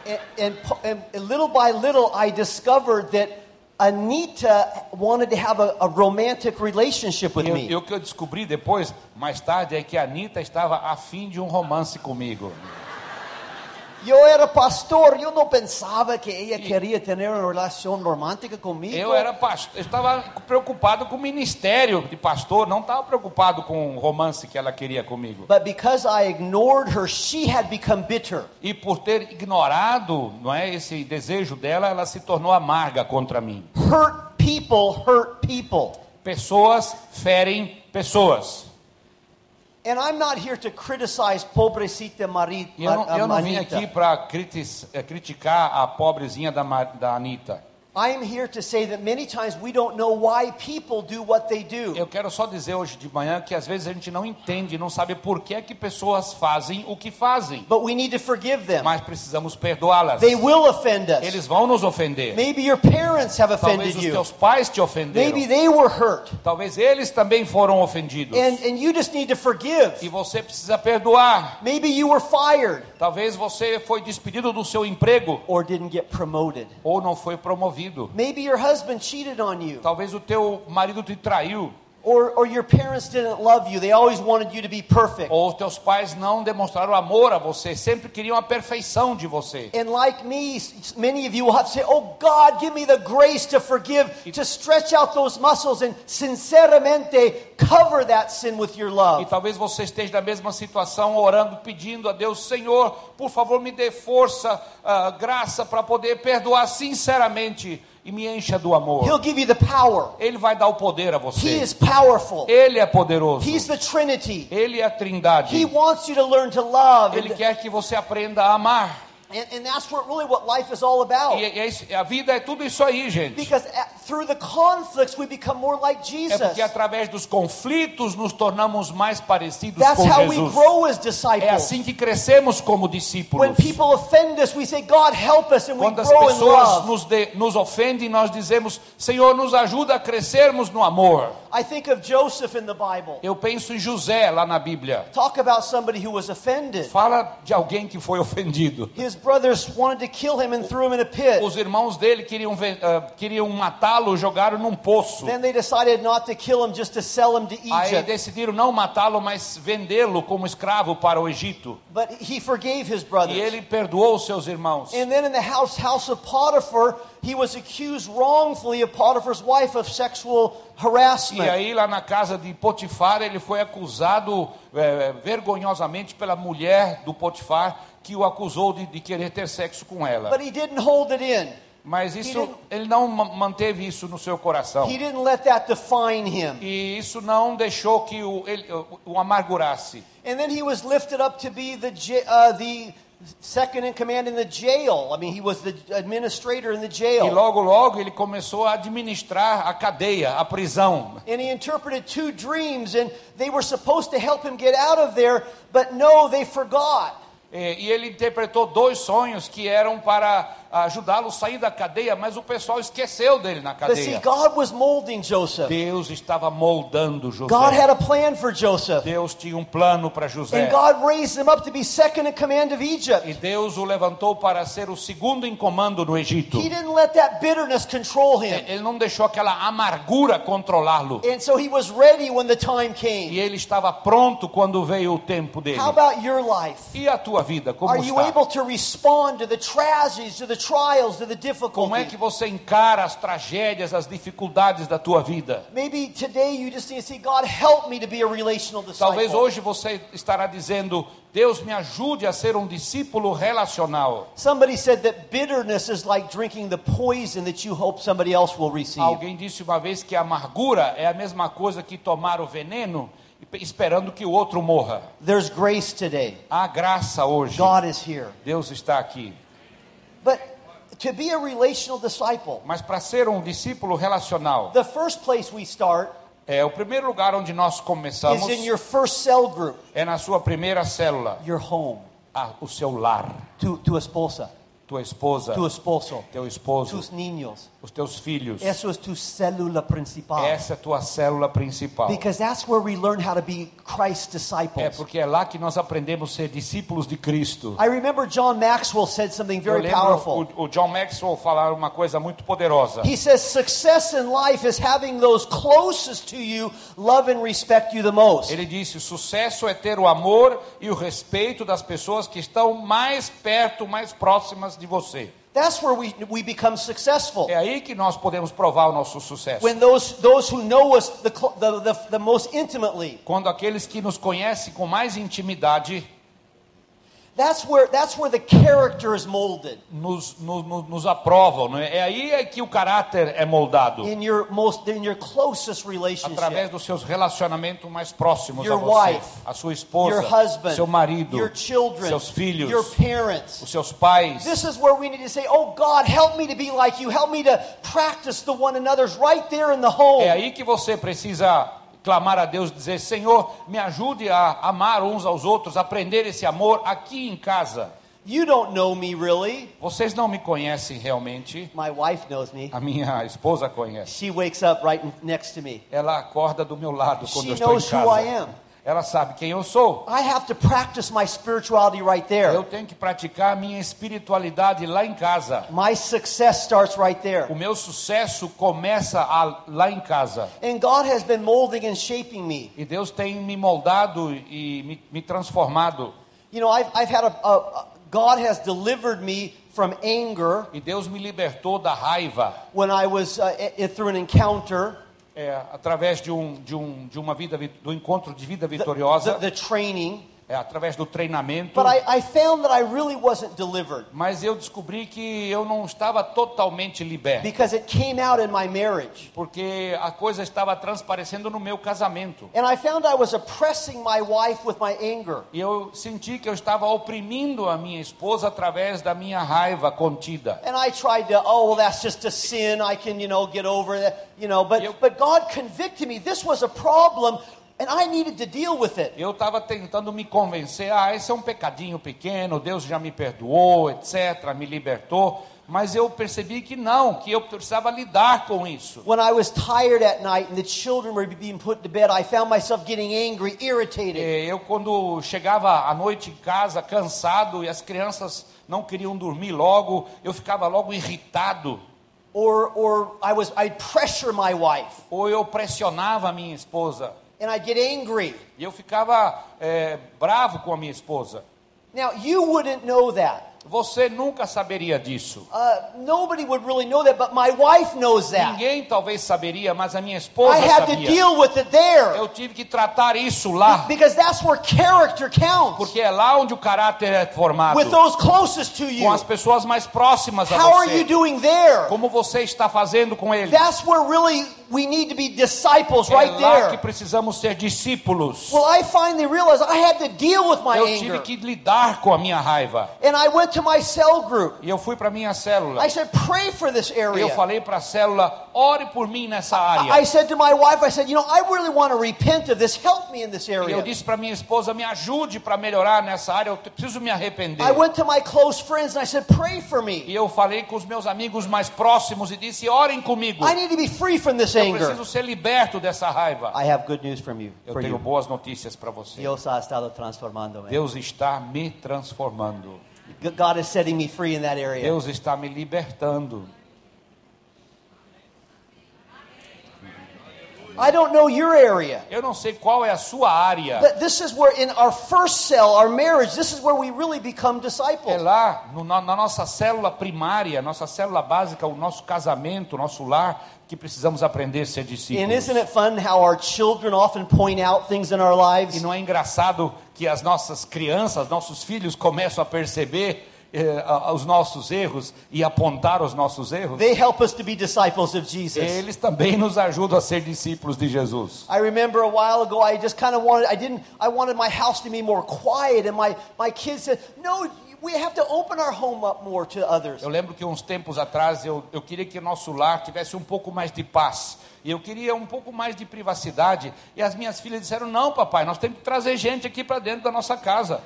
Speaker 2: And, and, po- and little by little, I discovered that Anita wanted to have a, a romantic relationship with
Speaker 1: E o-
Speaker 2: me.
Speaker 1: E o que eu descobri depois, mais tarde, é que a Anitta estava afim de um romance comigo.
Speaker 2: Yo era pastor, yo no pensaba que ella quería tener una relación romántica conmigo.
Speaker 1: Eu era pastor, eu estava preocupado com o ministério de pastor, não estava preocupado com o romance que ela queria comigo.
Speaker 2: But because I ignored her, she had become bitter.
Speaker 1: E por ter ignorado não é, esse desejo dela, ela se tornou amarga contra mim.
Speaker 2: Hurt people hurt people.
Speaker 1: Pessoas ferem pessoas.
Speaker 2: And I'm not here to criticize pobrecita Marit,
Speaker 1: E eu não, eu não vim
Speaker 2: Manita.
Speaker 1: eh, aqui para criticar a pobrezinha da, Ma- da Anitta.
Speaker 2: I'm here to say that many times we don't know why people do what they do.
Speaker 1: Eu quero só dizer hoje de manhã que às vezes a gente não entende, não sabe por que é que pessoas fazem o que fazem,
Speaker 2: But we need to forgive them.
Speaker 1: mas precisamos perdoá-las.
Speaker 2: They will offend us.
Speaker 1: Eles vão nos ofender.
Speaker 2: Maybe your parents have
Speaker 1: Talvez
Speaker 2: offended
Speaker 1: os
Speaker 2: you.
Speaker 1: teus pais te
Speaker 2: Maybe
Speaker 1: ofenderam.
Speaker 2: they were hurt.
Speaker 1: Talvez eles também foram ofendidos.
Speaker 2: And, and you just need to
Speaker 1: E
Speaker 2: forgive.
Speaker 1: você precisa perdoar.
Speaker 2: Maybe you were fired
Speaker 1: Talvez você foi despedido do seu emprego
Speaker 2: or didn't get promoted.
Speaker 1: ou não foi promovido.
Speaker 2: Maybe your husband cheated on you.
Speaker 1: Talvez o teu marido te traiu
Speaker 2: Or, or your parents didn't love you. They always wanted you to be perfect.
Speaker 1: ou os teus pais não demonstraram amor a você, sempre queriam a perfeição de você.
Speaker 2: And like me, s- many of you will have to say, Oh God, give me the grace to forgive, to stretch out those muscles and sinceramente cover that sin with your
Speaker 1: E
Speaker 2: love.
Speaker 1: talvez você esteja na mesma situação, orando, pedindo a Deus, Senhor, por favor, me dê força, ah, graça para poder perdoar sinceramente e me encha do
Speaker 2: He'll
Speaker 1: amor.
Speaker 2: give you the power.
Speaker 1: Ele vai dar o poder a
Speaker 2: He
Speaker 1: você.
Speaker 2: is powerful,
Speaker 1: Ele é poderoso.
Speaker 2: He's the Trinity.
Speaker 1: Ele é a
Speaker 2: He
Speaker 1: Trindade.
Speaker 2: wants you to learn to love.
Speaker 1: Ele
Speaker 2: And,
Speaker 1: quer que você aprenda a amar.
Speaker 2: and, and that's what really what life is all about.
Speaker 1: E, e é isso- a vida é tudo isso aí, gente.
Speaker 2: Because at- through the conflicts, we become more like
Speaker 1: É
Speaker 2: Jesus.
Speaker 1: porque através dos conflitos nos tornamos mais parecidos
Speaker 2: That's
Speaker 1: com
Speaker 2: how we
Speaker 1: Jesus.
Speaker 2: grow as
Speaker 1: É
Speaker 2: disciples.
Speaker 1: assim que crescemos como
Speaker 2: When
Speaker 1: discípulos.
Speaker 2: people offend us, we say, God, help us, and we
Speaker 1: Quando as
Speaker 2: grow in
Speaker 1: pessoas
Speaker 2: love.
Speaker 1: nos, de- nos ofendem, nós dizemos: Senhor, nos ajuda a crescermos no amor.
Speaker 2: I think of Joseph in the Bible.
Speaker 1: Eu penso em José lá na Bíblia.
Speaker 2: Talk about somebody who was offended.
Speaker 1: Fala de alguém que foi <laughs> ofendido.
Speaker 2: His brothers wanted to kill him and threw him in a pit.
Speaker 1: Os irmãos dele queriam, ve- ah, queriam matá-lo, jogaram num poço.
Speaker 2: Then they decided not to kill him, just to sell him to
Speaker 1: Aí
Speaker 2: Egypt.
Speaker 1: decidiram não matá-lo, mas vendê-lo como escravo para o Egito.
Speaker 2: But he forgave his
Speaker 1: E
Speaker 2: brothers.
Speaker 1: ele perdoou os seus irmãos.
Speaker 2: And then in the house house of Potiphar, he was accused wrongfully of Potiphar's wife of sexual
Speaker 1: E
Speaker 2: harassment.
Speaker 1: aí, lá na casa de Potifar, ele foi acusado eh, vergonhosamente pela mulher do Potifar, que o acusou de, de querer ter sexo com ela.
Speaker 2: But he didn't hold it in.
Speaker 1: Mas isso, ele não ma- manteve isso no seu coração.
Speaker 2: He didn't let that define him.
Speaker 1: E isso não deixou que o, ele, o- o amargurasse.
Speaker 2: And then he was lifted up to be the j- uh, the second in command in the jail. I mean, he was the administrator in the
Speaker 1: E
Speaker 2: jail.
Speaker 1: logo, logo, ele começou a administrar a cadeia, a prisão.
Speaker 2: And he interpreted two dreams, and they were supposed to help him get out of there, but no, they forgot.
Speaker 1: Eh, E ele interpretou dois sonhos que eram para ajudá-lo a sair da cadeia, mas o pessoal esqueceu dele na
Speaker 2: But see,
Speaker 1: cadeia.
Speaker 2: God was molding Joseph.
Speaker 1: Deus estava moldando José.
Speaker 2: God had a plan for Joseph,
Speaker 1: Deus tinha um plano para
Speaker 2: and
Speaker 1: José.
Speaker 2: God raised him up to be second in command of
Speaker 1: E
Speaker 2: Egypt.
Speaker 1: Deus o levantou para ser o segundo em comando no Egito.
Speaker 2: He didn't let that bitterness control him,
Speaker 1: Ele não deixou aquela amargura controlá-lo.
Speaker 2: and so he was ready when the time
Speaker 1: E
Speaker 2: came.
Speaker 1: ele estava pronto quando veio o tempo dele.
Speaker 2: How about your life?
Speaker 1: E a tua vida, como
Speaker 2: Are you
Speaker 1: está?
Speaker 2: able to respond to the tragedies, to the trials, to the
Speaker 1: Como é que
Speaker 2: difficulties?
Speaker 1: você encara as tragédias, as dificuldades da tua vida?
Speaker 2: Maybe today you just need to say, God, help me to be a relational
Speaker 1: Talvez
Speaker 2: disciple.
Speaker 1: hoje você estará dizendo: Deus me ajude a ser um discípulo relacional.
Speaker 2: Somebody said that bitterness is like drinking the poison that you hope somebody else will receive.
Speaker 1: Alguém disse uma vez que a amargura é a mesma coisa que tomar o veneno esperando que o outro morra.
Speaker 2: There's grace today.
Speaker 1: Há graça hoje.
Speaker 2: God is here.
Speaker 1: Deus está aqui.
Speaker 2: But to be a relational disciple,
Speaker 1: Mas para ser um discípulo relacional,
Speaker 2: the first place we start
Speaker 1: é o primeiro lugar onde nós
Speaker 2: is
Speaker 1: começamos
Speaker 2: in your first cell group,
Speaker 1: é na sua primeira célula,
Speaker 2: your home,
Speaker 1: a- Ah, o seu lar,
Speaker 2: tu, tu esposa,
Speaker 1: tua esposa,
Speaker 2: tu esposo,
Speaker 1: teu esposo,
Speaker 2: tus niños.
Speaker 1: os teus filhos.
Speaker 2: Eso es tu célula principal.
Speaker 1: Essa é a tua célula principal.
Speaker 2: Because that's where we learn how to be Christ's disciples.
Speaker 1: É porque é lá que nós aprendemos a ser discípulos de Cristo.
Speaker 2: I remember John Maxwell said something
Speaker 1: Eu
Speaker 2: very
Speaker 1: lembro
Speaker 2: Ah, powerful.
Speaker 1: o, o John Maxwell falar uma coisa muito poderosa.
Speaker 2: He says success in life is having those closest to you love and respect you the most.
Speaker 1: Ele disse: o sucesso é ter o amor e o respeito das pessoas que estão mais perto, mais próximas de você.
Speaker 2: That's where we, we become successful.
Speaker 1: É aí que nós podemos provar o nosso sucesso.
Speaker 2: When those those who know us the, cl- the, the, the most intimately,
Speaker 1: Quando aqueles que nos conhecem com mais intimidade,
Speaker 2: That's where, that's where the character is molded
Speaker 1: nos, no- no- nos aprovam. Não é? é aí é que o caráter é moldado.
Speaker 2: in your most in your closest
Speaker 1: Através
Speaker 2: relationship.
Speaker 1: dos seus relacionamentos mais próximos
Speaker 2: Your
Speaker 1: a você.
Speaker 2: wife,
Speaker 1: a sua
Speaker 2: Your
Speaker 1: esposa,
Speaker 2: husband,
Speaker 1: seu marido,
Speaker 2: your children,
Speaker 1: seus filhos,
Speaker 2: your parents.
Speaker 1: os seus pais.
Speaker 2: This is where we need to say, "Oh God, help me to be like you. Help me to practice the one another's right there in the home."
Speaker 1: É aí que você precisa clamar a Deus, dizer: Senhor, me ajude a amar uns aos outros, aprender esse amor aqui em casa.
Speaker 2: You don't know me really.
Speaker 1: Vocês não me conhecem realmente,
Speaker 2: My wife knows me.
Speaker 1: a minha esposa conhece.
Speaker 2: She wakes up right n- next to me. She
Speaker 1: Ela acorda do meu lado quando eu estou em
Speaker 2: knows who I
Speaker 1: casa.
Speaker 2: am.
Speaker 1: Ela sabe quem eu sou.
Speaker 2: I have to practice my spirituality right
Speaker 1: Eu
Speaker 2: there.
Speaker 1: tenho que praticar a minha espiritualidade lá em casa.
Speaker 2: My success starts right
Speaker 1: O
Speaker 2: there.
Speaker 1: meu sucesso começa a- lá em casa.
Speaker 2: And God has been molding and shaping me.
Speaker 1: E Deus tem me moldado e me, me transformado.
Speaker 2: You know, I've, I've had a, a, a- God has delivered me from anger
Speaker 1: E Deus me libertou da raiva.
Speaker 2: when I was uh, i- i- through an encounter,
Speaker 1: É, através de um, de um de uma vida vi- do encontro de vida
Speaker 2: the,
Speaker 1: vitoriosa,
Speaker 2: the- the training.
Speaker 1: é, através do treinamento.
Speaker 2: But I, I found that I really wasn't delivered
Speaker 1: Mas eu descobri que eu não estava totalmente liberto,
Speaker 2: because it came out in my marriage.
Speaker 1: porque a coisa estava transparecendo no meu casamento.
Speaker 2: And I found I was oppressing my wife with my anger.
Speaker 1: E eu senti que eu estava oprimindo a minha esposa através da minha raiva contida.
Speaker 2: And I tried to, oh, well, that's just a sin. I can, you know, get over that, you know. But,
Speaker 1: Yep.
Speaker 2: but God convicted me. This was a problem, and I needed to deal with it.
Speaker 1: Eu estava tentando me convencer, ah, esse é um pecadinho pequeno, Deus já me perdoou, etc., me libertou. Mas eu percebi que não, que eu precisava lidar com isso.
Speaker 2: When I was tired at night and the children were being put to bed, I found myself getting angry, irritated.
Speaker 1: É, Eu, quando chegava à noite em casa, cansado, e as crianças não queriam dormir logo, eu ficava logo irritado.
Speaker 2: Or, or I was, I'd pressure my wife,
Speaker 1: Ou eu pressionava a minha esposa.
Speaker 2: and I'd get angry.
Speaker 1: E eu ficava é, bravo com a minha esposa.
Speaker 2: Now, you wouldn't know that.
Speaker 1: Você nunca saberia disso.
Speaker 2: Uh, nobody would really know that, but my wife knows that.
Speaker 1: Ninguém talvez saberia, mas a minha
Speaker 2: É. I
Speaker 1: esposa
Speaker 2: had to
Speaker 1: sabia.
Speaker 2: deal with it there
Speaker 1: Eu tive que tratar isso lá,
Speaker 2: because that's where character counts.
Speaker 1: porque é lá onde o caráter é formado.
Speaker 2: With those closest to
Speaker 1: Com
Speaker 2: you,
Speaker 1: as pessoas mais próximas a
Speaker 2: How are you
Speaker 1: você.
Speaker 2: doing there?
Speaker 1: Como você está fazendo com eles?
Speaker 2: That's where really we need to be disciples right
Speaker 1: é lá que
Speaker 2: there.
Speaker 1: precisamos ser discípulos.
Speaker 2: Well, I finally realized I had to deal with my
Speaker 1: eu
Speaker 2: anger.
Speaker 1: tive que lidar com a minha raiva.
Speaker 2: And I went to my cell group.
Speaker 1: E eu fui para minha célula.
Speaker 2: I said, pray for this
Speaker 1: E eu
Speaker 2: area.
Speaker 1: falei para a célula, ore por mim nessa área.
Speaker 2: I said to my wife, I said, you know, I really want to repent of this. Help me in this
Speaker 1: E eu
Speaker 2: area.
Speaker 1: disse para minha esposa, me ajude para melhorar nessa área, eu te- preciso me arrepender.
Speaker 2: I went to my close friends and I said, pray for
Speaker 1: E
Speaker 2: me.
Speaker 1: eu falei com os meus amigos mais próximos e disse, orem comigo.
Speaker 2: I need to be free from this
Speaker 1: Eu
Speaker 2: anger.
Speaker 1: preciso ser liberto dessa raiva.
Speaker 2: I have good news from you.
Speaker 1: Eu
Speaker 2: For
Speaker 1: tenho
Speaker 2: you.
Speaker 1: boas notícias para você.
Speaker 2: Dios ha estado transformándome.
Speaker 1: Deus está me transformando.
Speaker 2: God is setting me free in that area.
Speaker 1: Deus está me libertando.
Speaker 2: I don't know your area.
Speaker 1: Eu não sei qual é a sua área.
Speaker 2: But this is where, in our first cell, our marriage, this is where we really become
Speaker 1: É
Speaker 2: disciples.
Speaker 1: lá, no- na, na nossa célula primária, nossa célula básica, o nosso casamento, o nosso lar, que precisamos aprender a ser
Speaker 2: And
Speaker 1: discípulos.
Speaker 2: isn't it fun how our children often point out things in our
Speaker 1: E
Speaker 2: lives?
Speaker 1: não é engraçado que as nossas crianças, nossos filhos começam a perceber eh, a- a- os nossos erros e apontar os nossos erros?
Speaker 2: They help us to be disciples of Jesus.
Speaker 1: Eles também nos ajudam a ser discípulos de Jesus.
Speaker 2: I remember a while ago, I just kind of wanted, I didn't, I wanted my house to be more quiet, and my, my kids said, No, we have to open our home up more to others.
Speaker 1: Eu lembro que uns tempos atrás eu, eu queria que o nosso lar tivesse um pouco mais de paz. E eu queria um pouco mais de privacidade. E as minhas filhas disseram: Não, papai, nós temos que trazer gente aqui para dentro da nossa casa.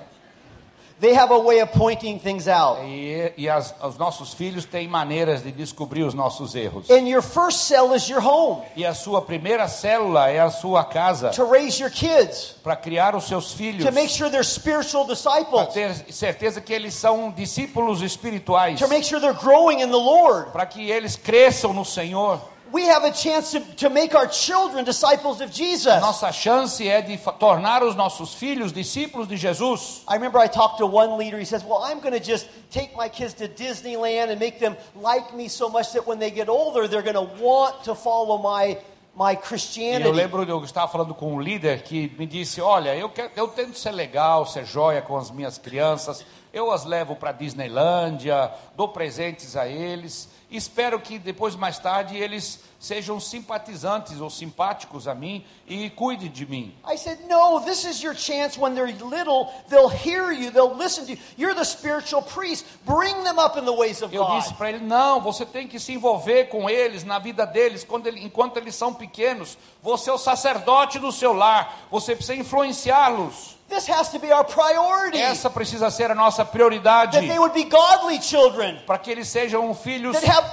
Speaker 2: They have a way of pointing things out.
Speaker 1: E, e as- os nossos filhos têm maneiras de descobrir os nossos erros.
Speaker 2: And your first cell is your home
Speaker 1: E a sua primeira célula é a sua casa
Speaker 2: to raise your kids,
Speaker 1: para criar os seus filhos,
Speaker 2: to make sure they're spiritual
Speaker 1: para
Speaker 2: disciples.
Speaker 1: ter certeza que eles são discípulos espirituais,
Speaker 2: to make sure they're growing in the Lord.
Speaker 1: para que eles cresçam no Senhor.
Speaker 2: We have a chance to, to make our children disciples of Jesus.
Speaker 1: Nossa chance é de fa- tornar os nossos filhos discípulos de Jesus.
Speaker 2: I remember I talked to one leader. He says, Well, I'm going to just take my kids to Disneyland and make them like me so much that when they get older, they're going to want to follow my my
Speaker 1: E eu
Speaker 2: Christianity.
Speaker 1: lembro, eu estava falando com um líder que me disse: Olha, eu, quero, eu tento ser legal, ser joia com as minhas crianças, eu as levo para Disneylândia, dou presentes a eles, espero que depois, mais tarde, eles sejam simpatizantes ou simpáticos a mim e cuidem de mim.
Speaker 2: I said, No, this is your chance when they're little. They'll hear you, they'll listen to you. You're the spiritual priest. Bring them up in the ways of
Speaker 1: Eu
Speaker 2: God.
Speaker 1: disse para ele: Não, você tem que se envolver com eles, na vida deles, quando ele- enquanto eles são pequenos. Você é o sacerdote do seu lar, você precisa influenciá-los.
Speaker 2: This has to be our priority.
Speaker 1: Essa precisa ser a nossa prioridade.
Speaker 2: that they would be godly children,
Speaker 1: para que eles sejam filhos
Speaker 2: that have,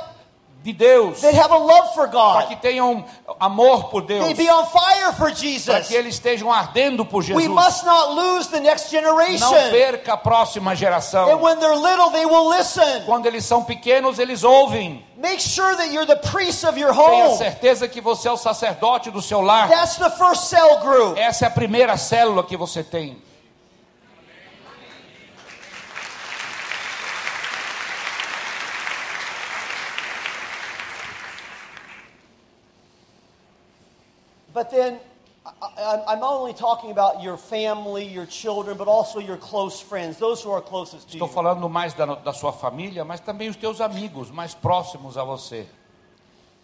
Speaker 1: de Deus,
Speaker 2: that have a love for
Speaker 1: para que
Speaker 2: God,
Speaker 1: tenham amor por Deus,
Speaker 2: they be on fire for
Speaker 1: para
Speaker 2: Jesus.
Speaker 1: que eles estejam ardendo por Jesus.
Speaker 2: We must not lose the next
Speaker 1: Não
Speaker 2: generation.
Speaker 1: perca a próxima
Speaker 2: And
Speaker 1: geração.
Speaker 2: when they're little, they will listen.
Speaker 1: Quando eles são pequenos, eles ouvem.
Speaker 2: Make sure that you're the priest of your
Speaker 1: Tenha
Speaker 2: home.
Speaker 1: certeza que você é o sacerdote do seu lar.
Speaker 2: That's the first cell group.
Speaker 1: Essa é a primeira célula que você tem.
Speaker 2: But then I- I, I'm only talking about your family, your children, but also your close friends, those who are closest to
Speaker 1: Estou
Speaker 2: you.
Speaker 1: falando mais da, da sua família, mas também os teus amigos mais próximos a você.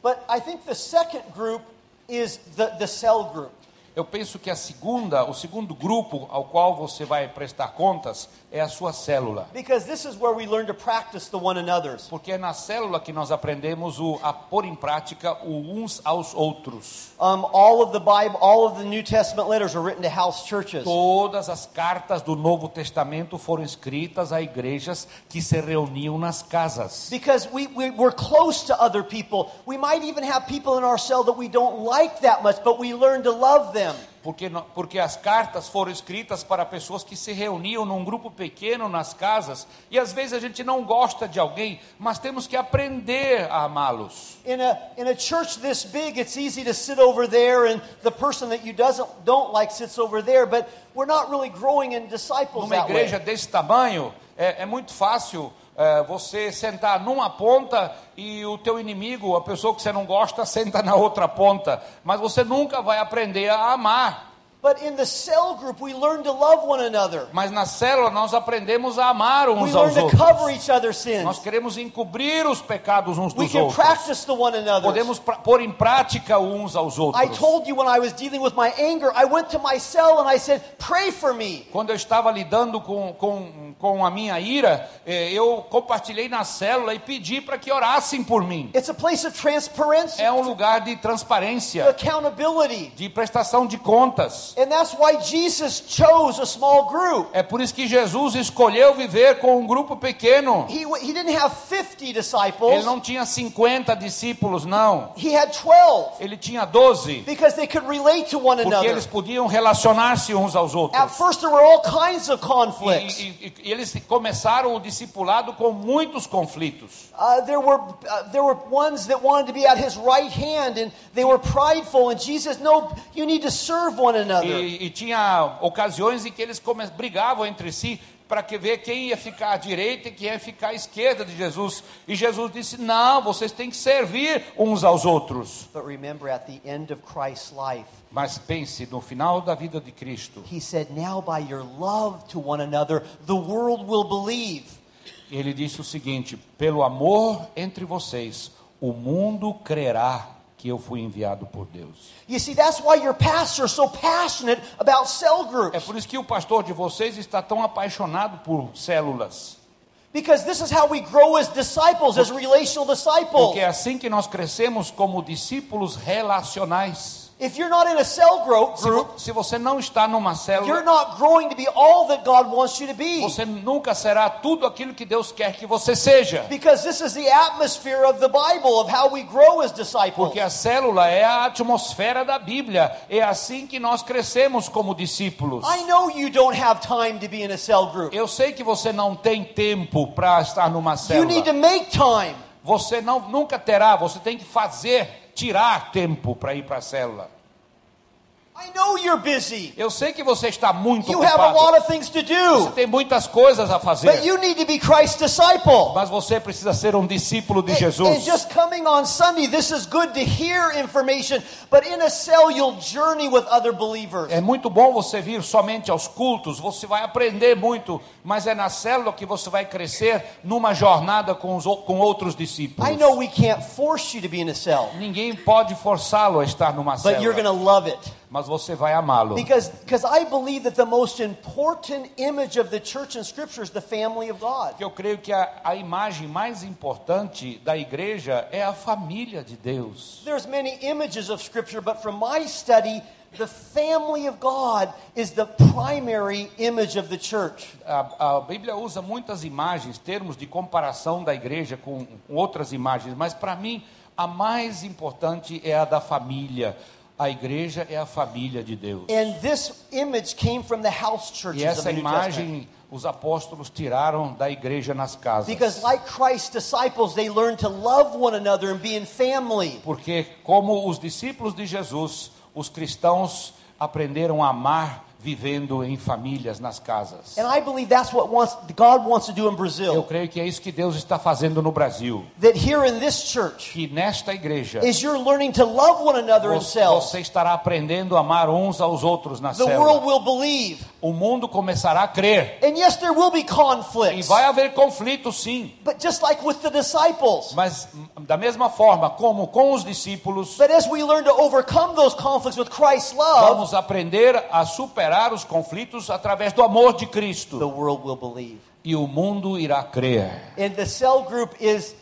Speaker 2: But I think the second group is the, the cell group.
Speaker 1: Eu penso que a segunda, o segundo grupo ao qual você vai prestar contas é a sua célula.
Speaker 2: Because this is where we learn to practice the one another's.
Speaker 1: Porque é na célula que nós aprendemos o- a pôr em prática o uns aos outros.
Speaker 2: Um, all of the Bible, all of the New Testament letters are written to house churches.
Speaker 1: Todas as cartas do Novo Testamento foram escritas a igrejas que se reuniam nas casas.
Speaker 2: Because we, we, we're close to other people. We might even have people in our cell that we don't like that much, but we learn to love them.
Speaker 1: Porque, no- porque as cartas foram escritas para pessoas que se reuniam num grupo pequeno nas casas. E às vezes a gente não gosta de alguém, mas temos que aprender a amá-los.
Speaker 2: In a, in a church this big, it's easy to sit over there and the person that you doesn't, don't like sits over there, but we're not really growing in disciples
Speaker 1: Numa
Speaker 2: that way.
Speaker 1: igreja desse tamanho, é, é muito fácil é, você sentar numa ponta e o teu inimigo, a pessoa que você não gosta, senta na outra ponta. Mas você nunca vai aprender a amar.
Speaker 2: But in the cell group, we learn to love one another.
Speaker 1: Mas na célula nós aprendemos a amar
Speaker 2: We
Speaker 1: uns
Speaker 2: learn
Speaker 1: aos
Speaker 2: to
Speaker 1: outros.
Speaker 2: cover each other's
Speaker 1: Nós
Speaker 2: sins.
Speaker 1: queremos encobrir os pecados uns
Speaker 2: We
Speaker 1: dos
Speaker 2: can
Speaker 1: outros.
Speaker 2: practice the one another.
Speaker 1: Podemos pra- pôr em prática uns aos
Speaker 2: I
Speaker 1: outros.
Speaker 2: told you when I was dealing with my anger, I went to my cell and I said, Pray for me.
Speaker 1: Quando eu estava lidando com, com, com a minha ira, eh, eu compartilhei na célula e pedi para que orassem por mim.
Speaker 2: It's a place of transparency,
Speaker 1: é um lugar de transparência,
Speaker 2: accountability.
Speaker 1: de prestação de contas.
Speaker 2: And that's why Jesus chose a small group.
Speaker 1: É por isso que Jesus escolheu viver com um grupo pequeno.
Speaker 2: He, w- he didn't have 50
Speaker 1: Ele
Speaker 2: disciples,
Speaker 1: não tinha 50 discípulos, não.
Speaker 2: he had 12
Speaker 1: Ele tinha 12,
Speaker 2: because they could relate to one
Speaker 1: porque
Speaker 2: another.
Speaker 1: eles podiam relacionar-se uns aos
Speaker 2: At
Speaker 1: outros.
Speaker 2: first, there were all kinds of
Speaker 1: E,
Speaker 2: conflicts.
Speaker 1: e- e- e eles começaram o discipulado com muitos conflitos.
Speaker 2: Uh, there were uh, there were ones that wanted to be at his right hand, and they were prideful. And Jesus, no, you need to serve one another.
Speaker 1: E, e tinha ocasiões em que eles come- brigavam entre si para que ver quem ia ficar à direita e quem ia ficar à esquerda de Jesus. E Jesus disse: Não, vocês têm que servir uns aos outros.
Speaker 2: But remember, at the end of Christ's life,
Speaker 1: Mas pense no final da vida de Cristo.
Speaker 2: He said, Now by your love to one another, the world will believe.
Speaker 1: Ele disse o seguinte: pelo amor entre vocês, o mundo crerá que eu fui enviado por Deus.
Speaker 2: You see, that's why your pastor's so passionate about cell
Speaker 1: É
Speaker 2: groups,
Speaker 1: por isso que o pastor de vocês está tão apaixonado por células.
Speaker 2: because this is how we grow as disciples, as relational disciples.
Speaker 1: Porque é assim que nós crescemos como discípulos relacionais.
Speaker 2: If you're not in a cell gro-
Speaker 1: Se,
Speaker 2: group,
Speaker 1: vo- se você não está numa
Speaker 2: you're
Speaker 1: célula,
Speaker 2: not growing to be all that God wants you to be,
Speaker 1: você nunca será tudo aquilo que Deus quer que você seja.
Speaker 2: because this is the atmosphere of the Bible of how we grow as disciples.
Speaker 1: Porque a célula é a atmosfera da Bíblia. É assim que nós crescemos como discípulos.
Speaker 2: I know you don't have time to be in a cell group.
Speaker 1: Eu sei que você não tem tempo para estar numa
Speaker 2: You need to
Speaker 1: célula.
Speaker 2: make time.
Speaker 1: Você não, nunca terá, você tem que fazer, tirar tempo para ir para a célula.
Speaker 2: I know you're busy.
Speaker 1: Eu sei que você está muito
Speaker 2: You have a lot
Speaker 1: ocupado.
Speaker 2: of things to
Speaker 1: Você
Speaker 2: do.
Speaker 1: tem muitas coisas a
Speaker 2: But
Speaker 1: fazer.
Speaker 2: you need to be Christ's disciple.
Speaker 1: Mas você precisa ser um discípulo de
Speaker 2: And- And
Speaker 1: Jesus.
Speaker 2: just coming on Sunday, this is good to hear information, but in a cell, you'll journey with other believers.
Speaker 1: É muito bom você vir somente aos cultos, você vai aprender muito, mas é na célula que você vai crescer numa jornada com, os, ou- com outros discípulos.
Speaker 2: I know we can't force you to be in a cell,
Speaker 1: Ninguém pode forçá-lo a estar numa
Speaker 2: but you're
Speaker 1: célula,
Speaker 2: going to love it.
Speaker 1: mas você vai amá-lo.
Speaker 2: Because because I believe that the most important image of the church in Scripture is the family of God.
Speaker 1: Porque Eu creio que a, a imagem mais importante da igreja é a família de Deus.
Speaker 2: There's many images of Scripture, but from my study, the family of God is the primary image of the church.
Speaker 1: A, a Bíblia usa muitas imagens, termos de comparação da igreja com, com outras imagens, mas para mim a mais importante é a da família. A igreja é a família de Deus.
Speaker 2: And this image came from the house churches
Speaker 1: E
Speaker 2: of
Speaker 1: essa
Speaker 2: the New Testament.
Speaker 1: imagem os apóstolos tiraram da igreja nas casas.
Speaker 2: Because like Christ's disciples, they learned to love one another and be in family.
Speaker 1: Porque, como os discípulos de Jesus, os cristãos aprenderam a amar vivendo em famílias nas casas.
Speaker 2: And I believe that's what wants, God wants to do in
Speaker 1: Eu
Speaker 2: Brazil.
Speaker 1: creio que é isso que Deus está fazendo no Brasil.
Speaker 2: That here in this church
Speaker 1: Que nesta igreja
Speaker 2: is you're learning to love one another in
Speaker 1: você,
Speaker 2: cells.
Speaker 1: você estará aprendendo a amar uns aos outros na
Speaker 2: The
Speaker 1: célula.
Speaker 2: world will believe.
Speaker 1: O mundo começará a crer.
Speaker 2: And yes, there will be
Speaker 1: E
Speaker 2: conflicts.
Speaker 1: vai haver conflito, sim.
Speaker 2: But just like with the disciples.
Speaker 1: Mas, hum, da mesma forma como com os discípulos,
Speaker 2: But as we learn to overcome those conflicts with Christ's love,
Speaker 1: Vamos aprender a superar os conflitos através do amor de
Speaker 2: the
Speaker 1: Cristo.
Speaker 2: world will believe.
Speaker 1: E o mundo irá crer.
Speaker 2: And the cell group is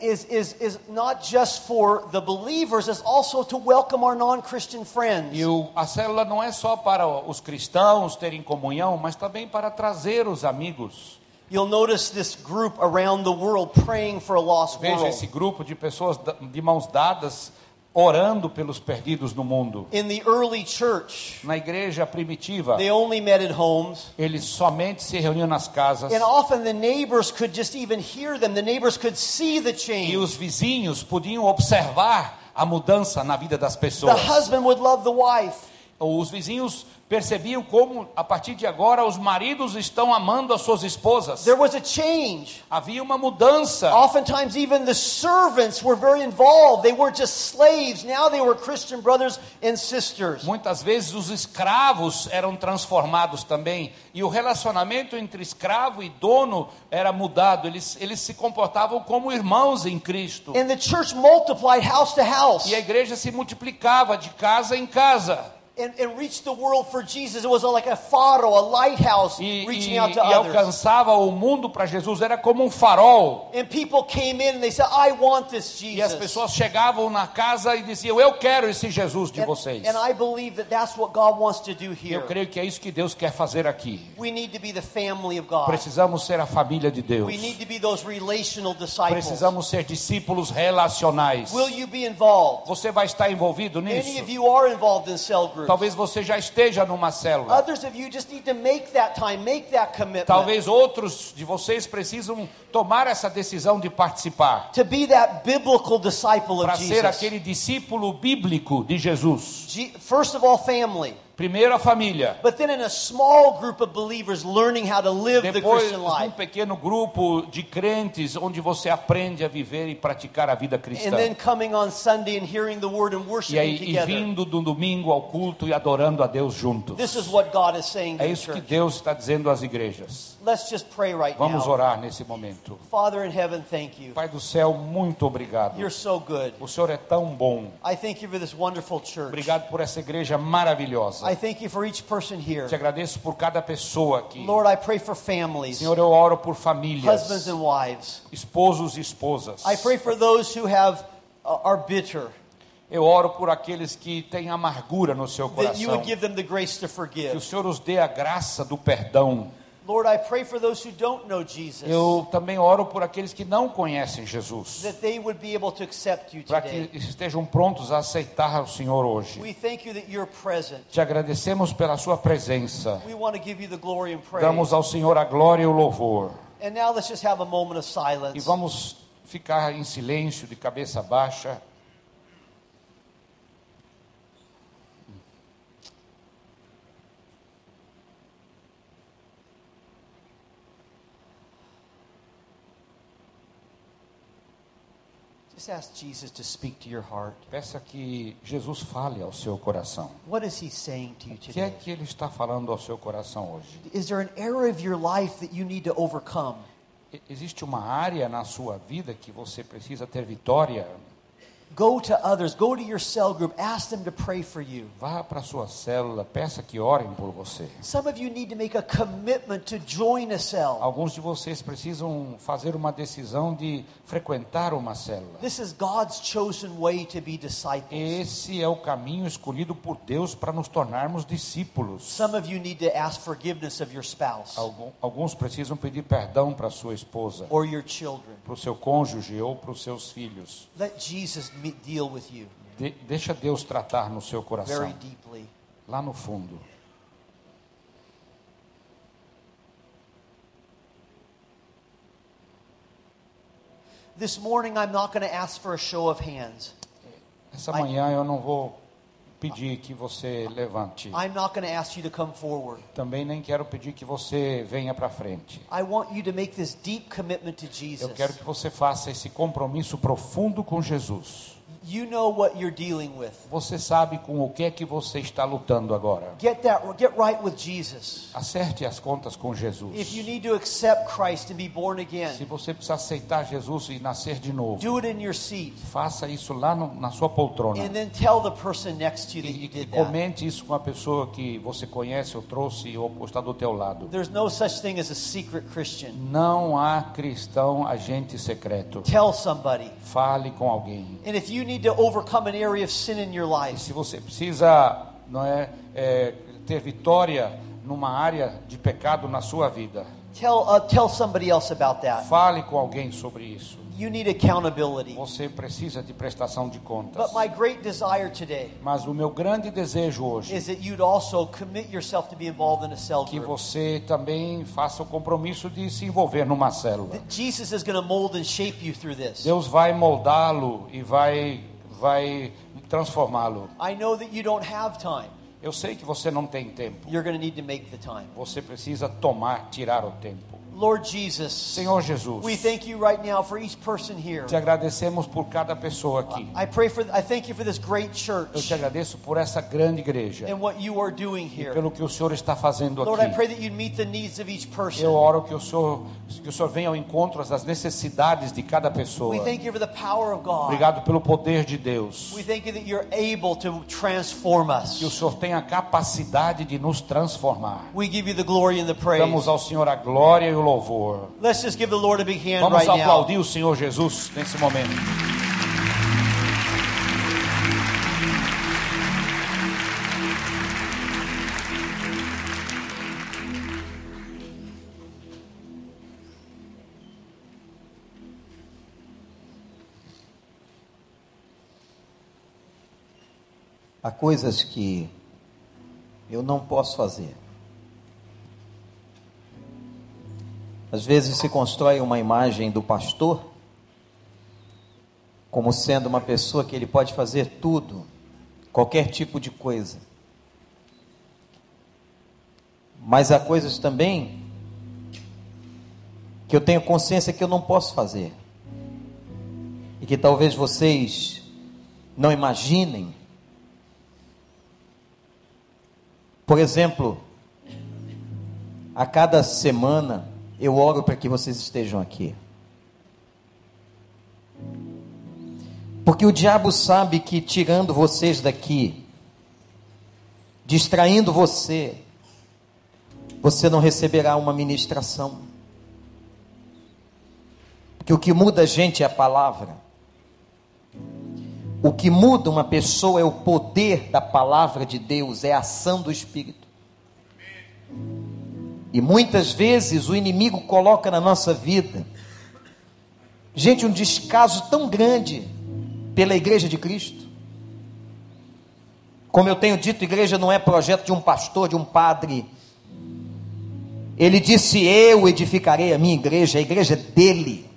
Speaker 2: is is is not just for the believers, it's also to welcome our non-Christian friends.
Speaker 1: E o- a célula não é só para os cristãos terem comunhão, mas também para trazer os amigos.
Speaker 2: You'll notice this group around the world praying for a lost
Speaker 1: Veja
Speaker 2: world.
Speaker 1: esse grupo de pessoas da- de mãos dadas orando pelos perdidos no mundo.
Speaker 2: In the early church,
Speaker 1: Na igreja primitiva,
Speaker 2: they only met at homes.
Speaker 1: eles somente se reuniam nas casas.
Speaker 2: And often the neighbors could just even hear them. The neighbors could see the
Speaker 1: E
Speaker 2: change.
Speaker 1: os vizinhos podiam observar a mudança na vida das
Speaker 2: The
Speaker 1: pessoas.
Speaker 2: husband would love the wife.
Speaker 1: Os vizinhos percebiam como, a partir de agora, os maridos estão amando as suas esposas.
Speaker 2: There was a change.
Speaker 1: Havia uma mudança.
Speaker 2: Oftentimes, even the servants were very involved. They weren't just slaves. Now they were Christian brothers and sisters.
Speaker 1: Muitas vezes os escravos eram transformados também. E o relacionamento entre escravo e dono era mudado. Eles, eles se comportavam como irmãos em Cristo.
Speaker 2: And the church multiplied house to house
Speaker 1: E a igreja se multiplicava de casa em casa.
Speaker 2: and, and reached the world for Jesus. It was like a faro, a lighthouse
Speaker 1: E,
Speaker 2: reaching
Speaker 1: e-
Speaker 2: out to
Speaker 1: e
Speaker 2: others.
Speaker 1: alcançava o mundo para Jesus. Era como um farol.
Speaker 2: And people came in and they said, I want this
Speaker 1: E as
Speaker 2: Jesus.
Speaker 1: pessoas chegavam na casa e diziam: Eu quero esse Jesus de
Speaker 2: And,
Speaker 1: vocês.
Speaker 2: and I believe that that's what God wants to do
Speaker 1: Eu
Speaker 2: here.
Speaker 1: creio que é isso que Deus quer fazer aqui.
Speaker 2: We need to be the family of God.
Speaker 1: Precisamos ser a família de Deus.
Speaker 2: We need to be those relational disciples.
Speaker 1: Precisamos ser discípulos relacionais.
Speaker 2: Will you be involved?
Speaker 1: Você vai estar envolvido
Speaker 2: Many of
Speaker 1: nisso?
Speaker 2: you are involved in cell groups.
Speaker 1: Talvez você já esteja numa célula.
Speaker 2: Others of you just need to make that time, make that commitment
Speaker 1: Talvez outros de vocês precisam tomar essa decisão de participar
Speaker 2: to be that biblical disciple
Speaker 1: para
Speaker 2: of
Speaker 1: ser
Speaker 2: Oh, Jesus.
Speaker 1: aquele discípulo bíblico de Jesus.
Speaker 2: Je- First of all, family,
Speaker 1: Primeiro a família,
Speaker 2: but then in a small group of believers learning how to live the
Speaker 1: depois
Speaker 2: Christian
Speaker 1: um
Speaker 2: life.
Speaker 1: pequeno grupo de crentes onde você aprende a viver e praticar a vida
Speaker 2: And
Speaker 1: cristã.
Speaker 2: then coming on Sunday and hearing the word and
Speaker 1: E
Speaker 2: worshiping
Speaker 1: aí, e
Speaker 2: together.
Speaker 1: vindo do domingo ao culto e adorando a Deus juntos.
Speaker 2: This is what God is saying to
Speaker 1: É
Speaker 2: the
Speaker 1: isso que
Speaker 2: church.
Speaker 1: Deus está dizendo às igrejas.
Speaker 2: Let's just pray right
Speaker 1: Vamos
Speaker 2: now.
Speaker 1: orar nesse momento.
Speaker 2: Father in heaven, thank you.
Speaker 1: Pai do céu, muito obrigado.
Speaker 2: You're so good.
Speaker 1: O Senhor é tão bom.
Speaker 2: I thank you for this wonderful church.
Speaker 1: Obrigado por essa igreja maravilhosa.
Speaker 2: I thank you for each person here.
Speaker 1: Te agradeço por cada pessoa aqui.
Speaker 2: Lord, I pray for families,
Speaker 1: Senhor, eu oro por
Speaker 2: husbands
Speaker 1: famílias,
Speaker 2: and wives.
Speaker 1: esposos e esposas.
Speaker 2: I pray for those who have uh, are bitter
Speaker 1: Eu oro por aqueles que têm amargura no seu
Speaker 2: that you
Speaker 1: coração.
Speaker 2: would give them the grace to
Speaker 1: Que o
Speaker 2: forgive.
Speaker 1: Senhor os dê a graça do perdão.
Speaker 2: Lord, I pray for those who don't know Jesus
Speaker 1: Eu também oro por aqueles que não conhecem Jesus.
Speaker 2: that they would be able to accept you
Speaker 1: para
Speaker 2: today.
Speaker 1: que estejam prontos a aceitar o Senhor hoje.
Speaker 2: We thank you that you're present.
Speaker 1: Te agradecemos pela sua presença.
Speaker 2: We want to give you the glory and praise.
Speaker 1: Damos ao Senhor a glória e o louvor.
Speaker 2: And now let's just have a moment of
Speaker 1: E
Speaker 2: silence.
Speaker 1: vamos ficar em silêncio, de cabeça baixa.
Speaker 2: Just ask Jesus to speak to your heart.
Speaker 1: Peça que Jesus fale ao seu coração.
Speaker 2: What is he saying to you
Speaker 1: O que é
Speaker 2: today?
Speaker 1: que ele está falando ao seu coração hoje?
Speaker 2: Is there an area of your life that you need to overcome?
Speaker 1: E- Existe uma área na sua vida que você precisa ter vitória?
Speaker 2: Go to others, go to your cell group, ask them to pray for you.
Speaker 1: Vá para a sua célula, peça que orem por você.
Speaker 2: Some of you need to make a commitment to join a cell.
Speaker 1: Alguns de vocês precisam fazer uma decisão de frequentar uma célula.
Speaker 2: This is God's chosen way to be disciples.
Speaker 1: Esse é o caminho escolhido por Deus para nos tornarmos discípulos.
Speaker 2: Some of you need to ask forgiveness of your spouse
Speaker 1: Algum- Alguns precisam pedir perdão para sua esposa,
Speaker 2: or your children.
Speaker 1: para o seu cônjuge ou para os seus filhos.
Speaker 2: Let Jesus me- deal with you
Speaker 1: De- deixa Deus tratar no seu
Speaker 2: very
Speaker 1: coração,
Speaker 2: deeply.
Speaker 1: lá no fundo.
Speaker 2: This morning, I'm not going to ask for a show of hands.
Speaker 1: Essa manhã eu não vou pedir que você levante.
Speaker 2: I'm not going to ask you to come forward.
Speaker 1: Também nem quero pedir que você venha para frente.
Speaker 2: I want you to make this deep commitment to
Speaker 1: Eu
Speaker 2: Jesus.
Speaker 1: quero que você faça esse compromisso profundo com Jesus.
Speaker 2: You know what you're dealing with.
Speaker 1: Você sabe com o que é que você está lutando agora.
Speaker 2: Get that get right with Jesus.
Speaker 1: Acerte as contas com
Speaker 2: If you
Speaker 1: Jesus.
Speaker 2: need to accept Christ and be born
Speaker 1: Se
Speaker 2: again,
Speaker 1: você precisa aceitar Jesus e nascer de novo,
Speaker 2: do it in your seat
Speaker 1: faça isso lá no- na sua poltrona.
Speaker 2: and then tell the person next to you that
Speaker 1: E,
Speaker 2: you
Speaker 1: e
Speaker 2: did that.
Speaker 1: comente isso com a pessoa que você conhece ou trouxe ou ou está do teu lado.
Speaker 2: There's no such thing as a secret Christian.
Speaker 1: Não há cristão agente secreto.
Speaker 2: Tell somebody.
Speaker 1: Fale com alguém.
Speaker 2: And if you need to overcome an area of sin in your life,
Speaker 1: Se você precisa não é, é, ter vitória numa área de pecado na sua vida,
Speaker 2: tell uh, tell somebody else about that.
Speaker 1: fale com alguém sobre isso.
Speaker 2: You need accountability.
Speaker 1: Você precisa de prestação de contas.
Speaker 2: But my great desire today
Speaker 1: Mas o meu grande desejo hoje é
Speaker 2: is that you'd also commit yourself to be involved in a cell
Speaker 1: que
Speaker 2: group.
Speaker 1: você também faça o compromisso de se envolver numa célula.
Speaker 2: That Jesus is going to mold and shape you through this.
Speaker 1: Deus vai moldá-lo e vai vai transformá-lo.
Speaker 2: I know that you don't have time.
Speaker 1: Eu sei que você não tem tempo.
Speaker 2: You're going to need to make the time.
Speaker 1: Você precisa tomar, tirar o tempo.
Speaker 2: Lord Jesus,
Speaker 1: Senhor
Speaker 2: we
Speaker 1: Jesus,
Speaker 2: thank you right now for each person here.
Speaker 1: te agradecemos por cada pessoa aqui.
Speaker 2: I pray for I thank you for this great
Speaker 1: Eu
Speaker 2: church
Speaker 1: te agradeço por essa grande igreja,
Speaker 2: and what you are doing here.
Speaker 1: pelo que o Senhor está fazendo
Speaker 2: Lord, I
Speaker 1: aqui.
Speaker 2: pray that you meet the needs of each
Speaker 1: Eu
Speaker 2: person.
Speaker 1: oro que o Senhor que o Senhor venha ao encontro das necessidades de cada pessoa.
Speaker 2: We thank you for the power of God.
Speaker 1: Obrigado pelo poder de Deus.
Speaker 2: We thank you that you're able to transform
Speaker 1: Que o
Speaker 2: us.
Speaker 1: Senhor tenha a capacidade de nos transformar.
Speaker 2: We give you the glory and the praise.
Speaker 1: Damos ao Senhor a glória e o louvor.
Speaker 2: Let's just give the Lord a big hand
Speaker 1: Vamos
Speaker 2: right now.
Speaker 1: aplaudir o Senhor Jesus nesse momento.
Speaker 3: Há coisas que eu não posso fazer. Às vezes se constrói uma imagem do pastor como sendo uma pessoa que ele pode fazer tudo, qualquer tipo de coisa. Mas há coisas também que eu tenho consciência que eu não posso fazer. E que talvez vocês não imaginem Por exemplo, a cada semana eu oro para que vocês estejam aqui. Porque o diabo sabe que tirando vocês daqui, distraindo você, você não receberá uma ministração. Porque o que muda a gente é a palavra. O que muda uma pessoa é o poder da palavra de Deus, é a ação do Espírito. E muitas vezes o inimigo coloca na nossa vida, gente, um descaso tão grande pela igreja de Cristo. Como eu tenho dito, igreja não é projeto de um pastor, de um padre. Ele disse: Eu edificarei a minha igreja, a igreja é dele.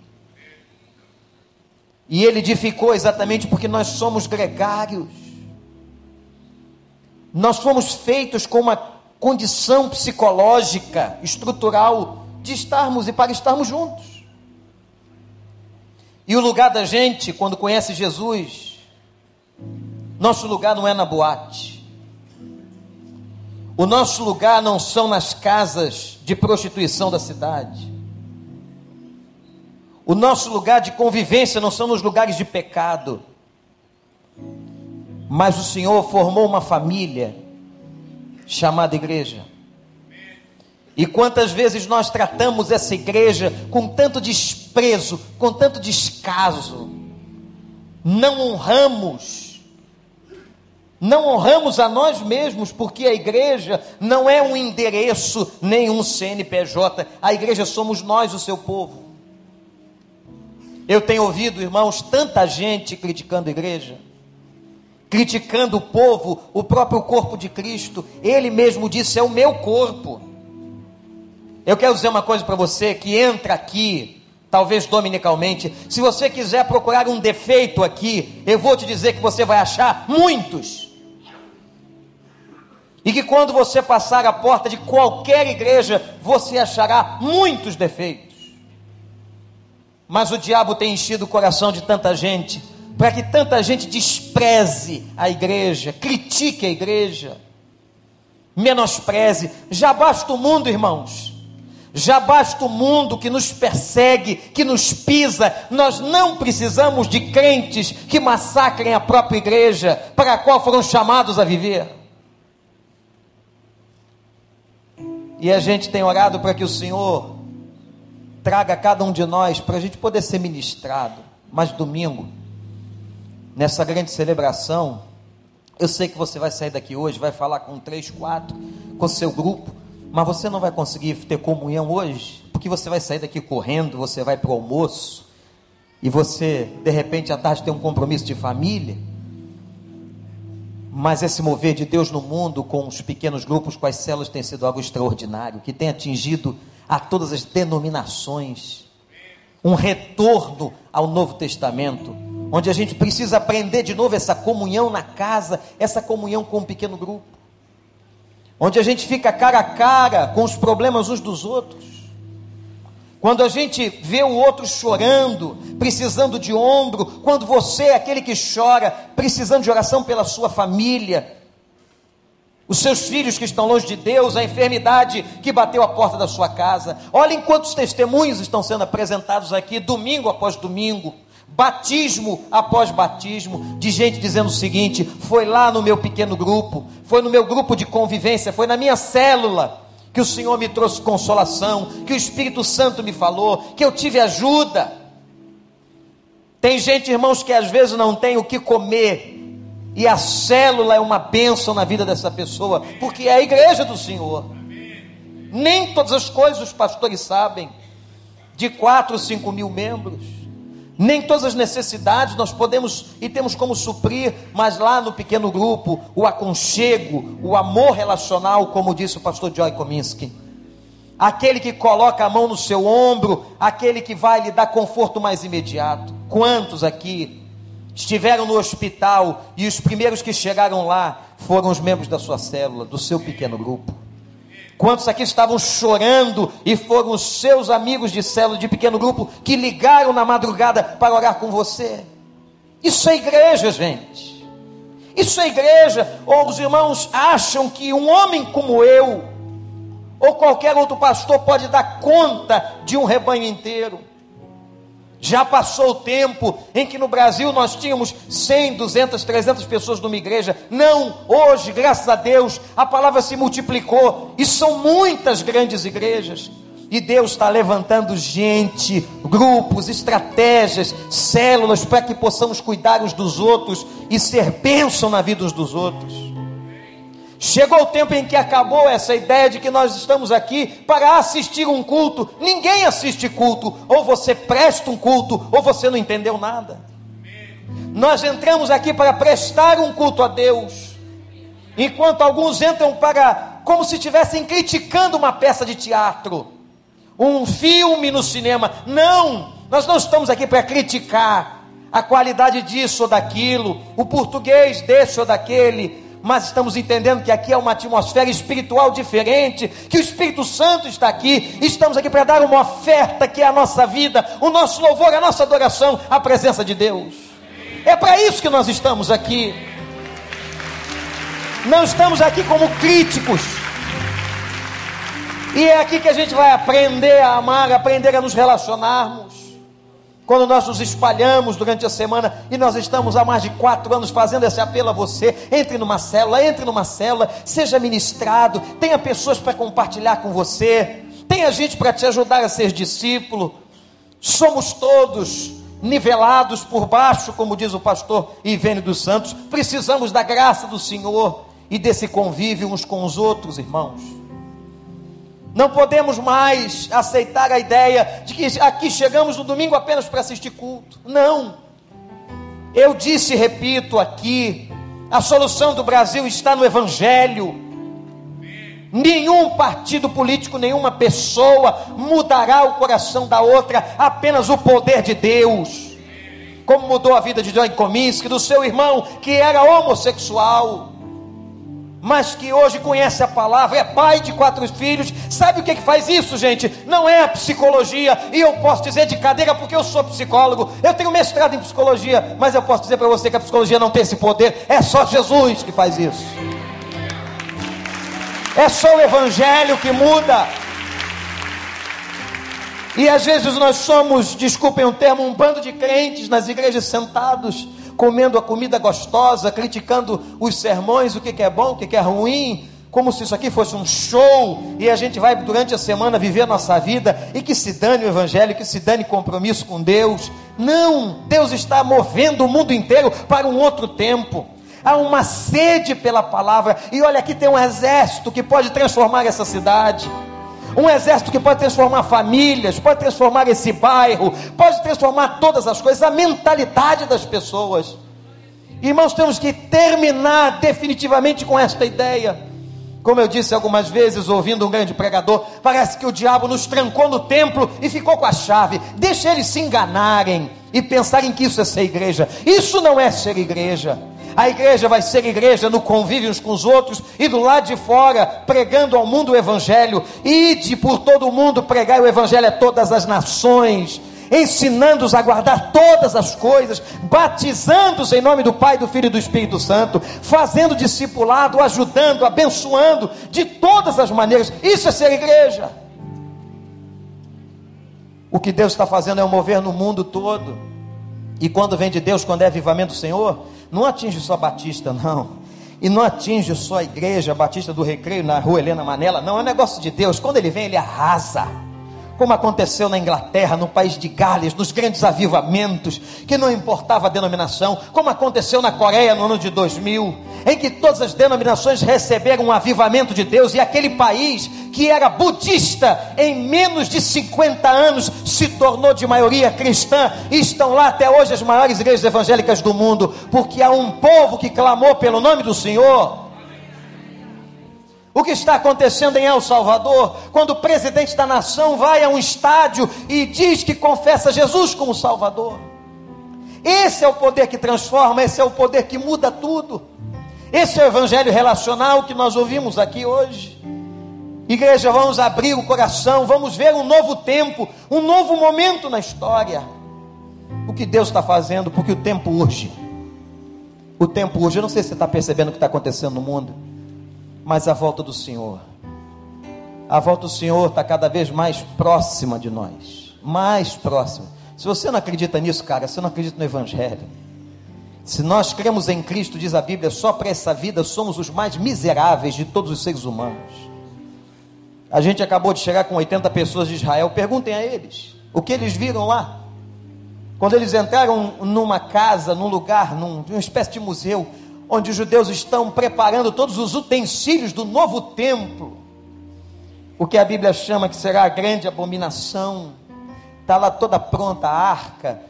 Speaker 3: E ele edificou exatamente porque nós somos gregários. Nós fomos feitos com uma condição psicológica, estrutural, de estarmos e para estarmos juntos. E o lugar da gente, quando conhece Jesus, nosso lugar não é na boate. O nosso lugar não são nas casas de prostituição da cidade. O nosso lugar de convivência não são nos lugares de pecado. Mas o Senhor formou uma família chamada igreja. E quantas vezes nós tratamos essa igreja com tanto desprezo, com tanto descaso, não honramos, não honramos a nós mesmos, porque a igreja não é um endereço, nem um CNPJ, a igreja somos nós, o seu povo. Eu tenho ouvido, irmãos, tanta gente criticando a igreja criticando o povo, o próprio corpo de Cristo. Ele mesmo disse: É o meu corpo. Eu quero dizer uma coisa para você que entra aqui, talvez dominicalmente. Se você quiser procurar um defeito aqui, eu vou te dizer que você vai achar muitos. E que quando você passar a porta de qualquer igreja, você achará muitos defeitos. Mas o diabo tem enchido o coração de tanta gente para que tanta gente despreze a igreja, critique a igreja, menospreze. Já basta o mundo, irmãos. Já basta o mundo que nos persegue, que nos pisa. Nós não precisamos de crentes que massacrem a própria igreja para a qual foram chamados a viver. E a gente tem orado para que o Senhor traga cada um de nós para a gente poder ser ministrado. Mas domingo, nessa grande celebração. Eu sei que você vai sair daqui hoje, vai falar com três, quatro, com seu grupo, mas você não vai conseguir ter comunhão hoje, porque você vai sair daqui correndo, você vai para o almoço, e você, de repente, à tarde tem um compromisso de família. Mas esse mover de Deus no mundo, com os pequenos grupos, com as células, tem sido algo extraordinário, que tem atingido a todas as denominações. Um retorno ao Novo Testamento, onde a gente precisa aprender de novo essa comunhão na casa, essa comunhão com um pequeno grupo, onde a gente fica cara a cara com os problemas uns dos outros. Quando a gente vê o outro chorando, precisando de ombro, quando você é aquele que chora, precisando de oração pela sua família, os seus filhos que estão longe de Deus, a enfermidade que bateu a porta da sua casa. Olhem quantos testemunhos estão sendo apresentados aqui, domingo após domingo batismo após batismo, de gente dizendo o seguinte: foi lá no meu pequeno grupo, foi no meu grupo de convivência, foi na minha célula que o Senhor me trouxe consolação, que o Espírito Santo me falou, que eu tive ajuda. Tem gente, irmãos, que às vezes não tem o que comer, e a célula é uma bênção na vida dessa pessoa, porque é a igreja do Senhor. Nem todas as coisas os pastores sabem, de quatro, cinco mil membros. Nem todas as necessidades nós podemos e temos como suprir, mas lá no pequeno grupo, o aconchego, o amor relacional, como disse o pastor Joy Kominski. Aquele que coloca a mão no seu ombro, aquele que vai lhe dar conforto mais imediato. Quantos aqui estiveram no hospital e os primeiros que chegaram lá foram os membros da sua célula, do seu pequeno grupo? Quantos aqui estavam chorando e foram os seus amigos de célula, de pequeno grupo, que ligaram na madrugada para orar com você? Isso é igreja, gente. Isso é igreja. Ou os irmãos acham que um homem como eu, ou qualquer outro pastor, pode dar conta de um rebanho inteiro? Já passou o tempo em que no Brasil nós tínhamos 100, 200, 300 pessoas numa igreja. Não, hoje, graças a Deus, a palavra se multiplicou e são muitas grandes igrejas. E Deus está levantando gente, grupos, estratégias, células para que possamos cuidar uns dos outros e ser bênção na vida uns dos outros. Chegou o tempo em que acabou essa ideia de que nós estamos aqui para assistir um culto. Ninguém assiste culto. Ou você presta um culto, ou você não entendeu nada. Nós entramos aqui para prestar um culto a Deus. Enquanto alguns entram para, como se estivessem criticando uma peça de teatro, um filme no cinema. Não! Nós não estamos aqui para criticar a qualidade disso ou daquilo, o português desse ou daquele mas estamos entendendo que aqui é uma atmosfera espiritual diferente, que o Espírito Santo está aqui, estamos aqui para dar uma oferta que é a nossa vida, o nosso louvor, a nossa adoração à presença de Deus. É para isso que nós estamos aqui. Não estamos aqui como críticos. E é aqui que a gente vai aprender a amar, aprender a nos relacionarmos quando nós nos espalhamos durante a semana e nós estamos há mais de quatro anos fazendo esse apelo a você, entre numa célula, entre numa célula, seja ministrado, tenha pessoas para compartilhar com você, tenha gente para te ajudar a ser discípulo. Somos todos nivelados por baixo, como diz o pastor Ivênio dos Santos, precisamos da graça do Senhor e desse convívio uns com os outros, irmãos. Não podemos mais aceitar a ideia de que aqui chegamos no domingo apenas para assistir culto. Não. Eu disse e repito aqui: a solução do Brasil está no Evangelho. Nenhum partido político, nenhuma pessoa mudará o coração da outra, apenas o poder de Deus. Como mudou a vida de John Cominsky, do seu irmão que era homossexual mas que hoje conhece a palavra, é pai de quatro filhos, sabe o que, que faz isso, gente? Não é a psicologia, e eu posso dizer de cadeira porque eu sou psicólogo, eu tenho mestrado em psicologia, mas eu posso dizer para você que a psicologia não tem esse poder, é só Jesus que faz isso, é só o Evangelho que muda. E às vezes nós somos, desculpem o termo, um bando de crentes nas igrejas sentados, comendo a comida gostosa, criticando os sermões, o que, que é bom, o que, que é ruim, como se isso aqui fosse um show e a gente vai durante a semana viver a nossa vida e que se dane o evangelho, que se dane compromisso com Deus. Não, Deus está movendo o mundo inteiro para um outro tempo. Há uma sede pela palavra, e olha, aqui tem um exército que pode transformar essa cidade um exército que pode transformar famílias, pode transformar esse bairro, pode transformar todas as coisas, a mentalidade das pessoas. Irmãos, temos que terminar definitivamente com esta ideia. Como eu disse algumas vezes, ouvindo um grande pregador, parece que o diabo nos trancou no templo e ficou com a chave. Deixa eles se enganarem e pensarem que isso é ser igreja. Isso não é ser igreja. A igreja vai ser igreja no convívio uns com os outros e do lado de fora, pregando ao mundo o evangelho. Ide por todo o mundo pregar o evangelho a todas as nações, ensinando-os a guardar todas as coisas, batizando-os em nome do Pai, do Filho e do Espírito Santo, fazendo discipulado, ajudando, abençoando de todas as maneiras. Isso é ser igreja. O que Deus está fazendo é um mover no mundo todo. E quando vem de Deus, quando é avivamento do Senhor, não atinge só Batista, não. E não atinge só a igreja Batista do Recreio na rua Helena Manela, não. É um negócio de Deus. Quando ele vem, ele arrasa. Como aconteceu na Inglaterra, no país de Gales, nos grandes avivamentos, que não importava a denominação, como aconteceu na Coreia no ano de 2000, em que todas as denominações receberam um avivamento de Deus, e aquele país que era budista, em menos de 50 anos, se tornou de maioria cristã, e estão lá até hoje as maiores igrejas evangélicas do mundo, porque há um povo que clamou pelo nome do Senhor. O que está acontecendo em El Salvador, quando o presidente da nação vai a um estádio e diz que confessa Jesus como Salvador? Esse é o poder que transforma, esse é o poder que muda tudo. Esse é o evangelho relacional que nós ouvimos aqui hoje. Igreja, vamos abrir o coração, vamos ver um novo tempo, um novo momento na história. O que Deus está fazendo, porque o tempo urge. O tempo urge. Eu não sei se você está percebendo o que está acontecendo no mundo, mas a volta do Senhor. A volta do Senhor está cada vez mais próxima de nós. Mais próxima. Se você não acredita nisso, cara, você não acredita no Evangelho. Se nós cremos em Cristo, diz a Bíblia, só para essa vida somos os mais miseráveis de todos os seres humanos. A gente acabou de chegar com 80 pessoas de Israel, perguntem a eles o que eles viram lá. Quando eles entraram numa casa, num lugar, num, numa espécie de museu, onde os judeus estão preparando todos os utensílios do novo templo, o que a Bíblia chama que será a grande abominação, está lá toda pronta a arca,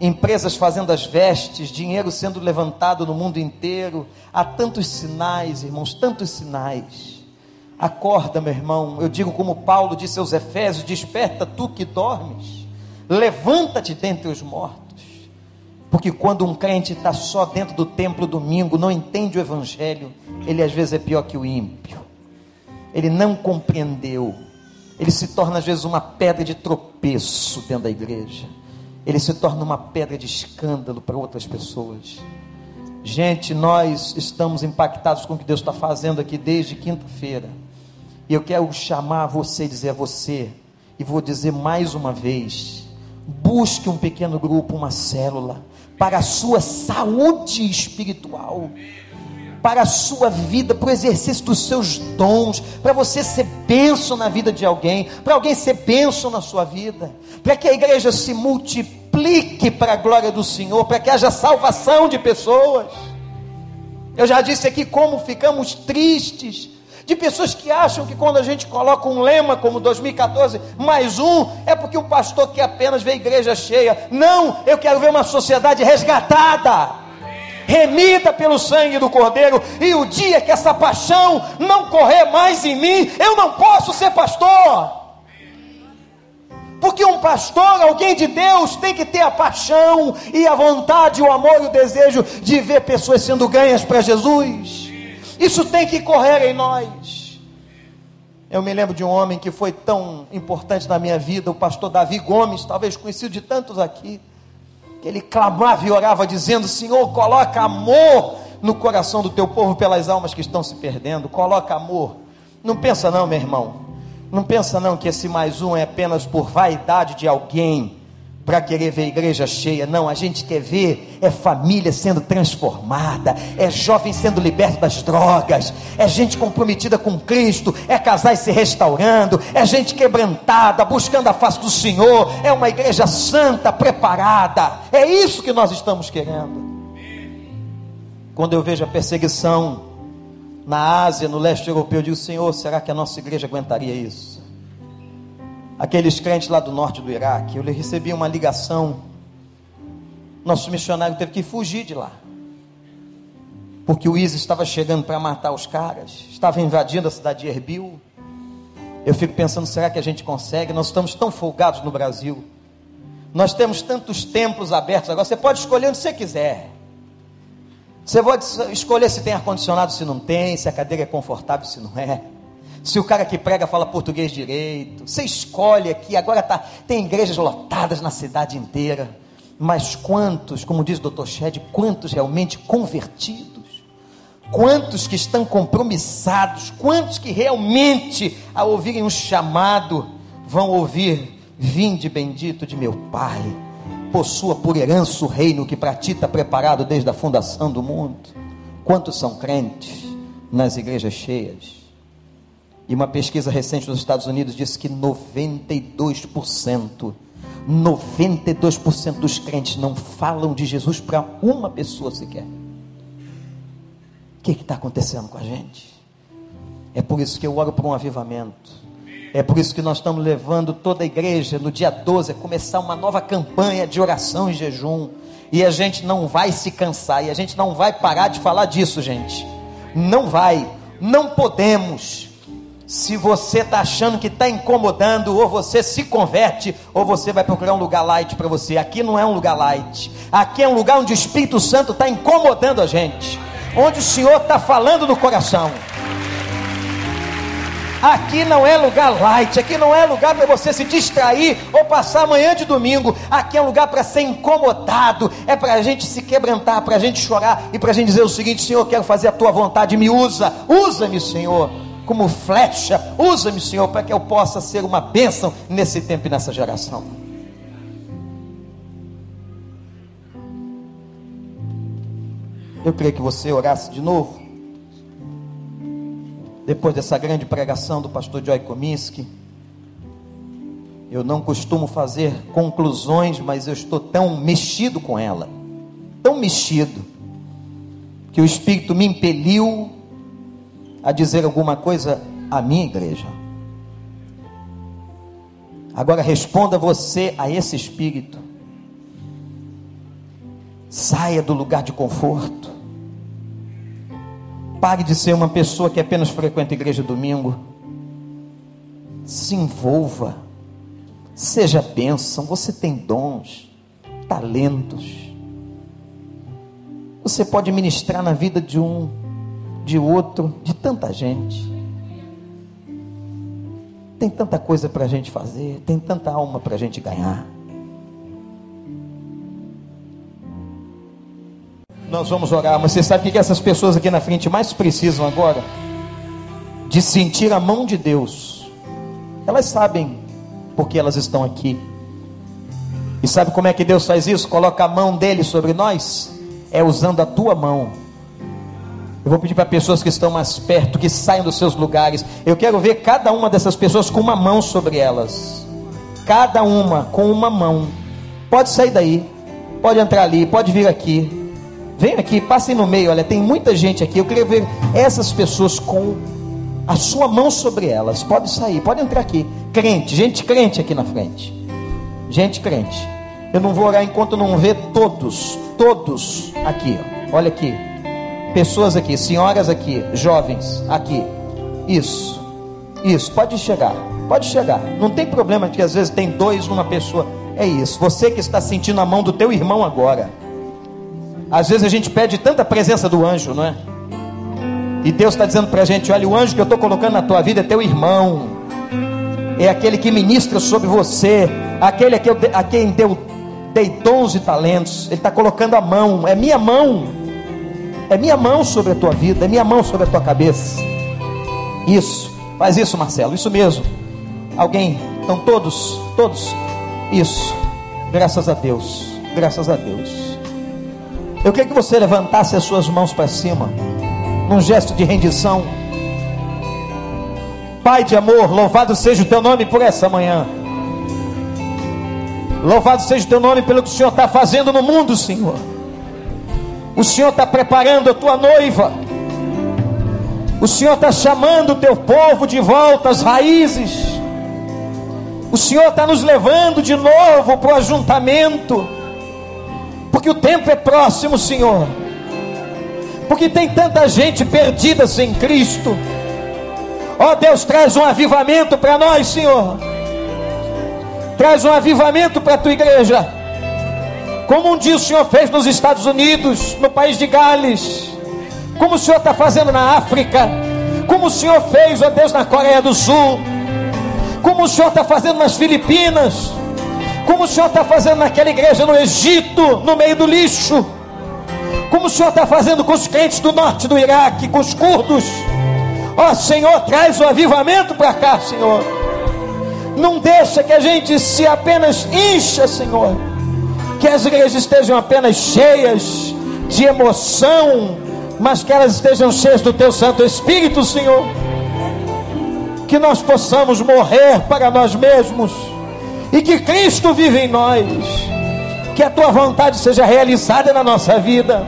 Speaker 3: empresas fazendo as vestes, dinheiro sendo levantado no mundo inteiro. Há tantos sinais, irmãos, tantos sinais. Acorda, meu irmão. Eu digo como Paulo disse aos Efésios: Desperta tu que dormes, levanta-te dentre os mortos. Porque quando um crente está só dentro do templo domingo, não entende o evangelho, ele às vezes é pior que o ímpio. Ele não compreendeu. Ele se torna às vezes uma pedra de tropeço dentro da igreja. Ele se torna uma pedra de escândalo para outras pessoas. Gente, nós estamos impactados com o que Deus está fazendo aqui desde quinta-feira. E eu quero chamar você e dizer a você, e vou dizer mais uma vez: busque um pequeno grupo, uma célula, para a sua saúde espiritual, para a sua vida, para o exercício dos seus dons, para você ser bênção na vida de alguém, para alguém ser bênção na sua vida, para que a igreja se multiplique para a glória do Senhor, para que haja salvação de pessoas. Eu já disse aqui como ficamos tristes de pessoas que acham que quando a gente coloca um lema como 2014, mais um, é porque o pastor quer apenas ver a igreja cheia. Não, eu quero ver uma sociedade resgatada, remida pelo sangue do Cordeiro. E o dia que essa paixão não correr mais em mim, eu não posso ser pastor. Porque um pastor, alguém de Deus, tem que ter a paixão e a vontade, o amor e o desejo de ver pessoas sendo ganhas para Jesus. Isso tem que correr em nós. Eu me lembro de um homem que foi tão importante na minha vida, o pastor Davi Gomes, talvez conhecido de tantos aqui, que ele clamava e orava dizendo: Senhor, coloca amor no coração do teu povo pelas almas que estão se perdendo. Coloca amor. Não pensa não, meu irmão. Não pensa não que esse mais um é apenas por vaidade de alguém para querer ver a igreja cheia. Não, a gente quer ver é família sendo transformada, é jovem sendo liberto das drogas, é gente comprometida com Cristo, é casais se restaurando, é gente quebrantada, buscando a face do Senhor, é uma igreja santa, preparada. É isso que nós estamos querendo. Quando eu vejo a perseguição na Ásia, no leste europeu, eu digo, Senhor, será que a nossa igreja aguentaria isso? aqueles crentes lá do norte do Iraque. Eu recebi uma ligação. Nosso missionário teve que fugir de lá. Porque o ISIS estava chegando para matar os caras, estava invadindo a cidade de Erbil. Eu fico pensando, será que a gente consegue? Nós estamos tão folgados no Brasil. Nós temos tantos templos abertos agora. Você pode escolher onde você quiser. Você pode escolher se tem ar-condicionado, se não tem, se a cadeira é confortável, se não é se o cara que prega fala português direito. Você escolhe aqui, agora tá, tem igrejas lotadas na cidade inteira. Mas quantos, como diz o Dr. Shed, quantos realmente convertidos? Quantos que estão compromissados? Quantos que realmente, ao ouvirem um chamado, vão ouvir: Vinde bendito de meu Pai, possua por herança o reino que para ti está preparado desde a fundação do mundo? Quantos são crentes nas igrejas cheias? E uma pesquisa recente nos Estados Unidos disse que 92%, 92% dos crentes não falam de Jesus para uma pessoa sequer. O que está acontecendo com a gente? É por isso que eu oro por um avivamento. É por isso que nós estamos levando toda a igreja no dia 12 a começar uma nova campanha de oração e jejum. E a gente não vai se cansar, e a gente não vai parar de falar disso, gente. Não vai, não podemos. Se você está achando que está incomodando, ou você se converte, ou você vai procurar um lugar light para você. Aqui não é um lugar light. Aqui é um lugar onde o Espírito Santo está incomodando a gente. Onde o Senhor está falando no coração. Aqui não é lugar light, aqui não é lugar para você se distrair ou passar amanhã de domingo. Aqui é um lugar para ser incomodado, é para a gente se quebrantar, para a gente chorar e para a gente dizer o seguinte: Senhor, quero fazer a tua vontade, me usa, usa-me, Senhor como flecha. Usa-me, Senhor, para que eu possa ser uma bênção nesse tempo e nessa geração. Eu queria que você orasse de novo. Depois dessa grande pregação do pastor Joy Kominski. Eu não costumo fazer conclusões, mas eu estou tão mexido com ela. Tão mexido. Que o Espírito me impeliu a dizer alguma coisa à minha igreja. Agora responda você a esse espírito. Saia do lugar de conforto. Pare de ser uma pessoa que apenas frequenta a igreja domingo. Se envolva. Seja bênção. Você tem dons, talentos. Você pode ministrar na vida de um, de outro, de tanta gente. Tem tanta coisa para a gente fazer, tem tanta alma para a gente ganhar. Nós vamos orar, mas você sabe o que essas pessoas aqui na frente mais precisam agora? De sentir a mão de Deus. Elas sabem porque elas estão aqui. E sabe como é que Deus faz isso? Coloca a mão dele sobre nós? É usando a tua mão. Eu vou pedir para pessoas que estão mais perto, que saiam dos seus lugares. Eu quero ver cada uma dessas pessoas com uma mão sobre elas. Cada uma com uma mão. Pode sair daí. Pode entrar ali. Pode vir aqui. Vem aqui, passem no meio. Olha, tem muita gente aqui. Eu queria ver essas pessoas com a sua mão sobre elas. Pode sair. Pode entrar aqui. Crente, gente crente aqui na frente. Gente crente. Eu não vou orar enquanto não ver todos, todos aqui. ó. Olha aqui. Pessoas aqui, senhoras aqui, jovens aqui. Isso. Isso, pode chegar. Pode chegar. Não tem problema que às vezes tem dois numa pessoa. É isso. Você que está sentindo a mão do teu irmão agora. Às vezes a gente pede tanta presença do anjo, não é? E Deus está dizendo para a gente: olha, o anjo que eu estou colocando na tua vida é teu irmão, é aquele que ministra sobre você, aquele a quem, eu de- a quem deu, dei dons e talentos, ele está colocando a mão, é minha mão, é minha mão sobre a tua vida, é minha mão sobre a tua cabeça. Isso, faz isso, Marcelo, isso mesmo. Alguém, estão todos, todos, isso, graças a Deus, graças a Deus. Eu queria que você levantasse as suas mãos para cima, num gesto de rendição. Pai de amor, louvado seja o teu nome por essa manhã. Louvado seja o teu nome pelo que o Senhor está fazendo no mundo, Senhor. O Senhor está preparando a tua noiva. O Senhor está chamando o teu povo de volta às raízes. O Senhor está nos levando de novo para o ajuntamento. Porque o tempo é próximo, Senhor. Porque tem tanta gente perdida sem Cristo. Ó Deus, traz um avivamento para nós, Senhor. Traz um avivamento para a tua igreja. Como um dia o Senhor fez nos Estados Unidos, no país de Gales. Como o Senhor está fazendo na África. Como o Senhor fez, ó Deus, na Coreia do Sul. Como o Senhor está fazendo nas Filipinas. Como o Senhor está fazendo naquela igreja no Egito, no meio do lixo. Como o Senhor está fazendo com os crentes do norte do Iraque, com os curdos. Ó Senhor, traz o avivamento para cá, Senhor. Não deixa que a gente se apenas encha, Senhor. Que as igrejas estejam apenas cheias de emoção, mas que elas estejam cheias do Teu Santo Espírito, Senhor. Que nós possamos morrer para nós mesmos e que Cristo vive em nós. Que a Tua vontade seja realizada na nossa vida.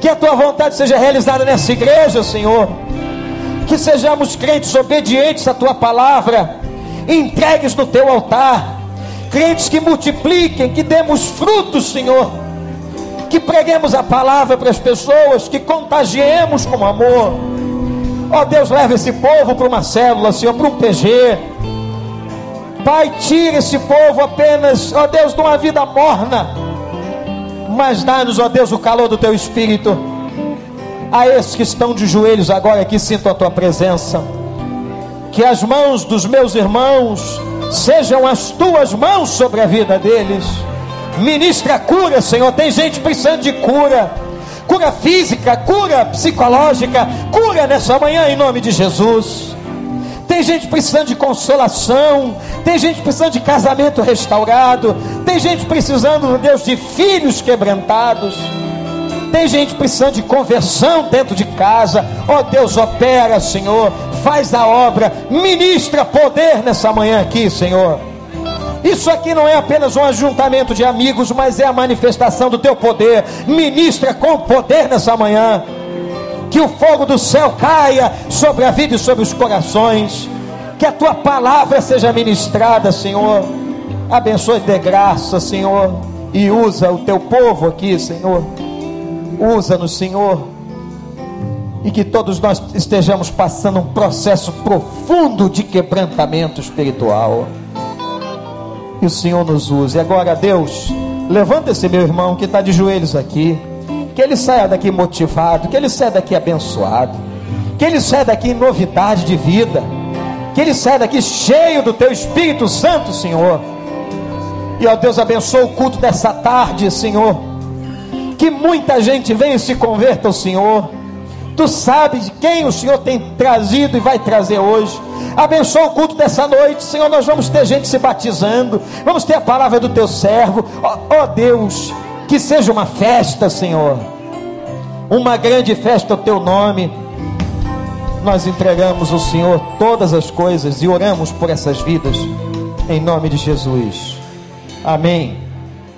Speaker 3: Que a Tua vontade seja realizada nessa igreja, Senhor que sejamos crentes obedientes à tua palavra, entregues no teu altar, crentes que multipliquem, que demos frutos, Senhor, que preguemos a palavra para as pessoas, que contagiemos com amor. Ó Deus, leva esse povo para uma célula, Senhor, para um PG. Pai, tira esse povo apenas, ó Deus, de uma vida morna, mas dá-nos, ó Deus, o calor do teu espírito a esses que estão de joelhos agora que sintam a tua presença. Que as mãos dos meus irmãos sejam as tuas mãos sobre a vida deles. Ministra a cura, Senhor. Tem gente precisando de cura. Cura física, cura psicológica, cura nessa manhã em nome de Jesus. Tem gente precisando de consolação, tem gente precisando de casamento restaurado, tem gente precisando, meu Deus, de filhos quebrantados. Tem gente precisando de conversão dentro de casa. Ó Deus, opera, Senhor. Faz a obra. Ministra poder nessa manhã aqui, Senhor. Isso aqui não é apenas um ajuntamento de amigos, mas é a manifestação do teu poder. Ministra com poder nessa manhã. Que o fogo do céu caia sobre a vida e sobre os corações. Que a tua palavra seja ministrada, Senhor. Abençoe de graça, Senhor. E usa o teu povo aqui, Senhor usa-nos, Senhor, e que todos nós estejamos passando um processo profundo de quebrantamento espiritual. E o Senhor nos use. Agora, Deus, levanta esse meu irmão que está de joelhos aqui. Que ele saia daqui motivado, que ele saia daqui abençoado, que ele saia daqui em novidade de vida, que ele saia daqui cheio do teu Espírito Santo, Senhor. E ó Deus, abençoa o culto dessa tarde, Senhor. Que muita gente venha e se converta ao Senhor. Tu sabes de quem o Senhor tem trazido e vai trazer hoje. Abençoa o culto dessa noite, Senhor. Nós vamos ter gente se batizando. Vamos ter a palavra do teu servo. Ó ó Deus, que seja uma festa, Senhor. Uma grande festa ao teu nome. Nós entregamos ao Senhor todas as coisas e oramos por essas vidas. Em nome de Jesus. Amém.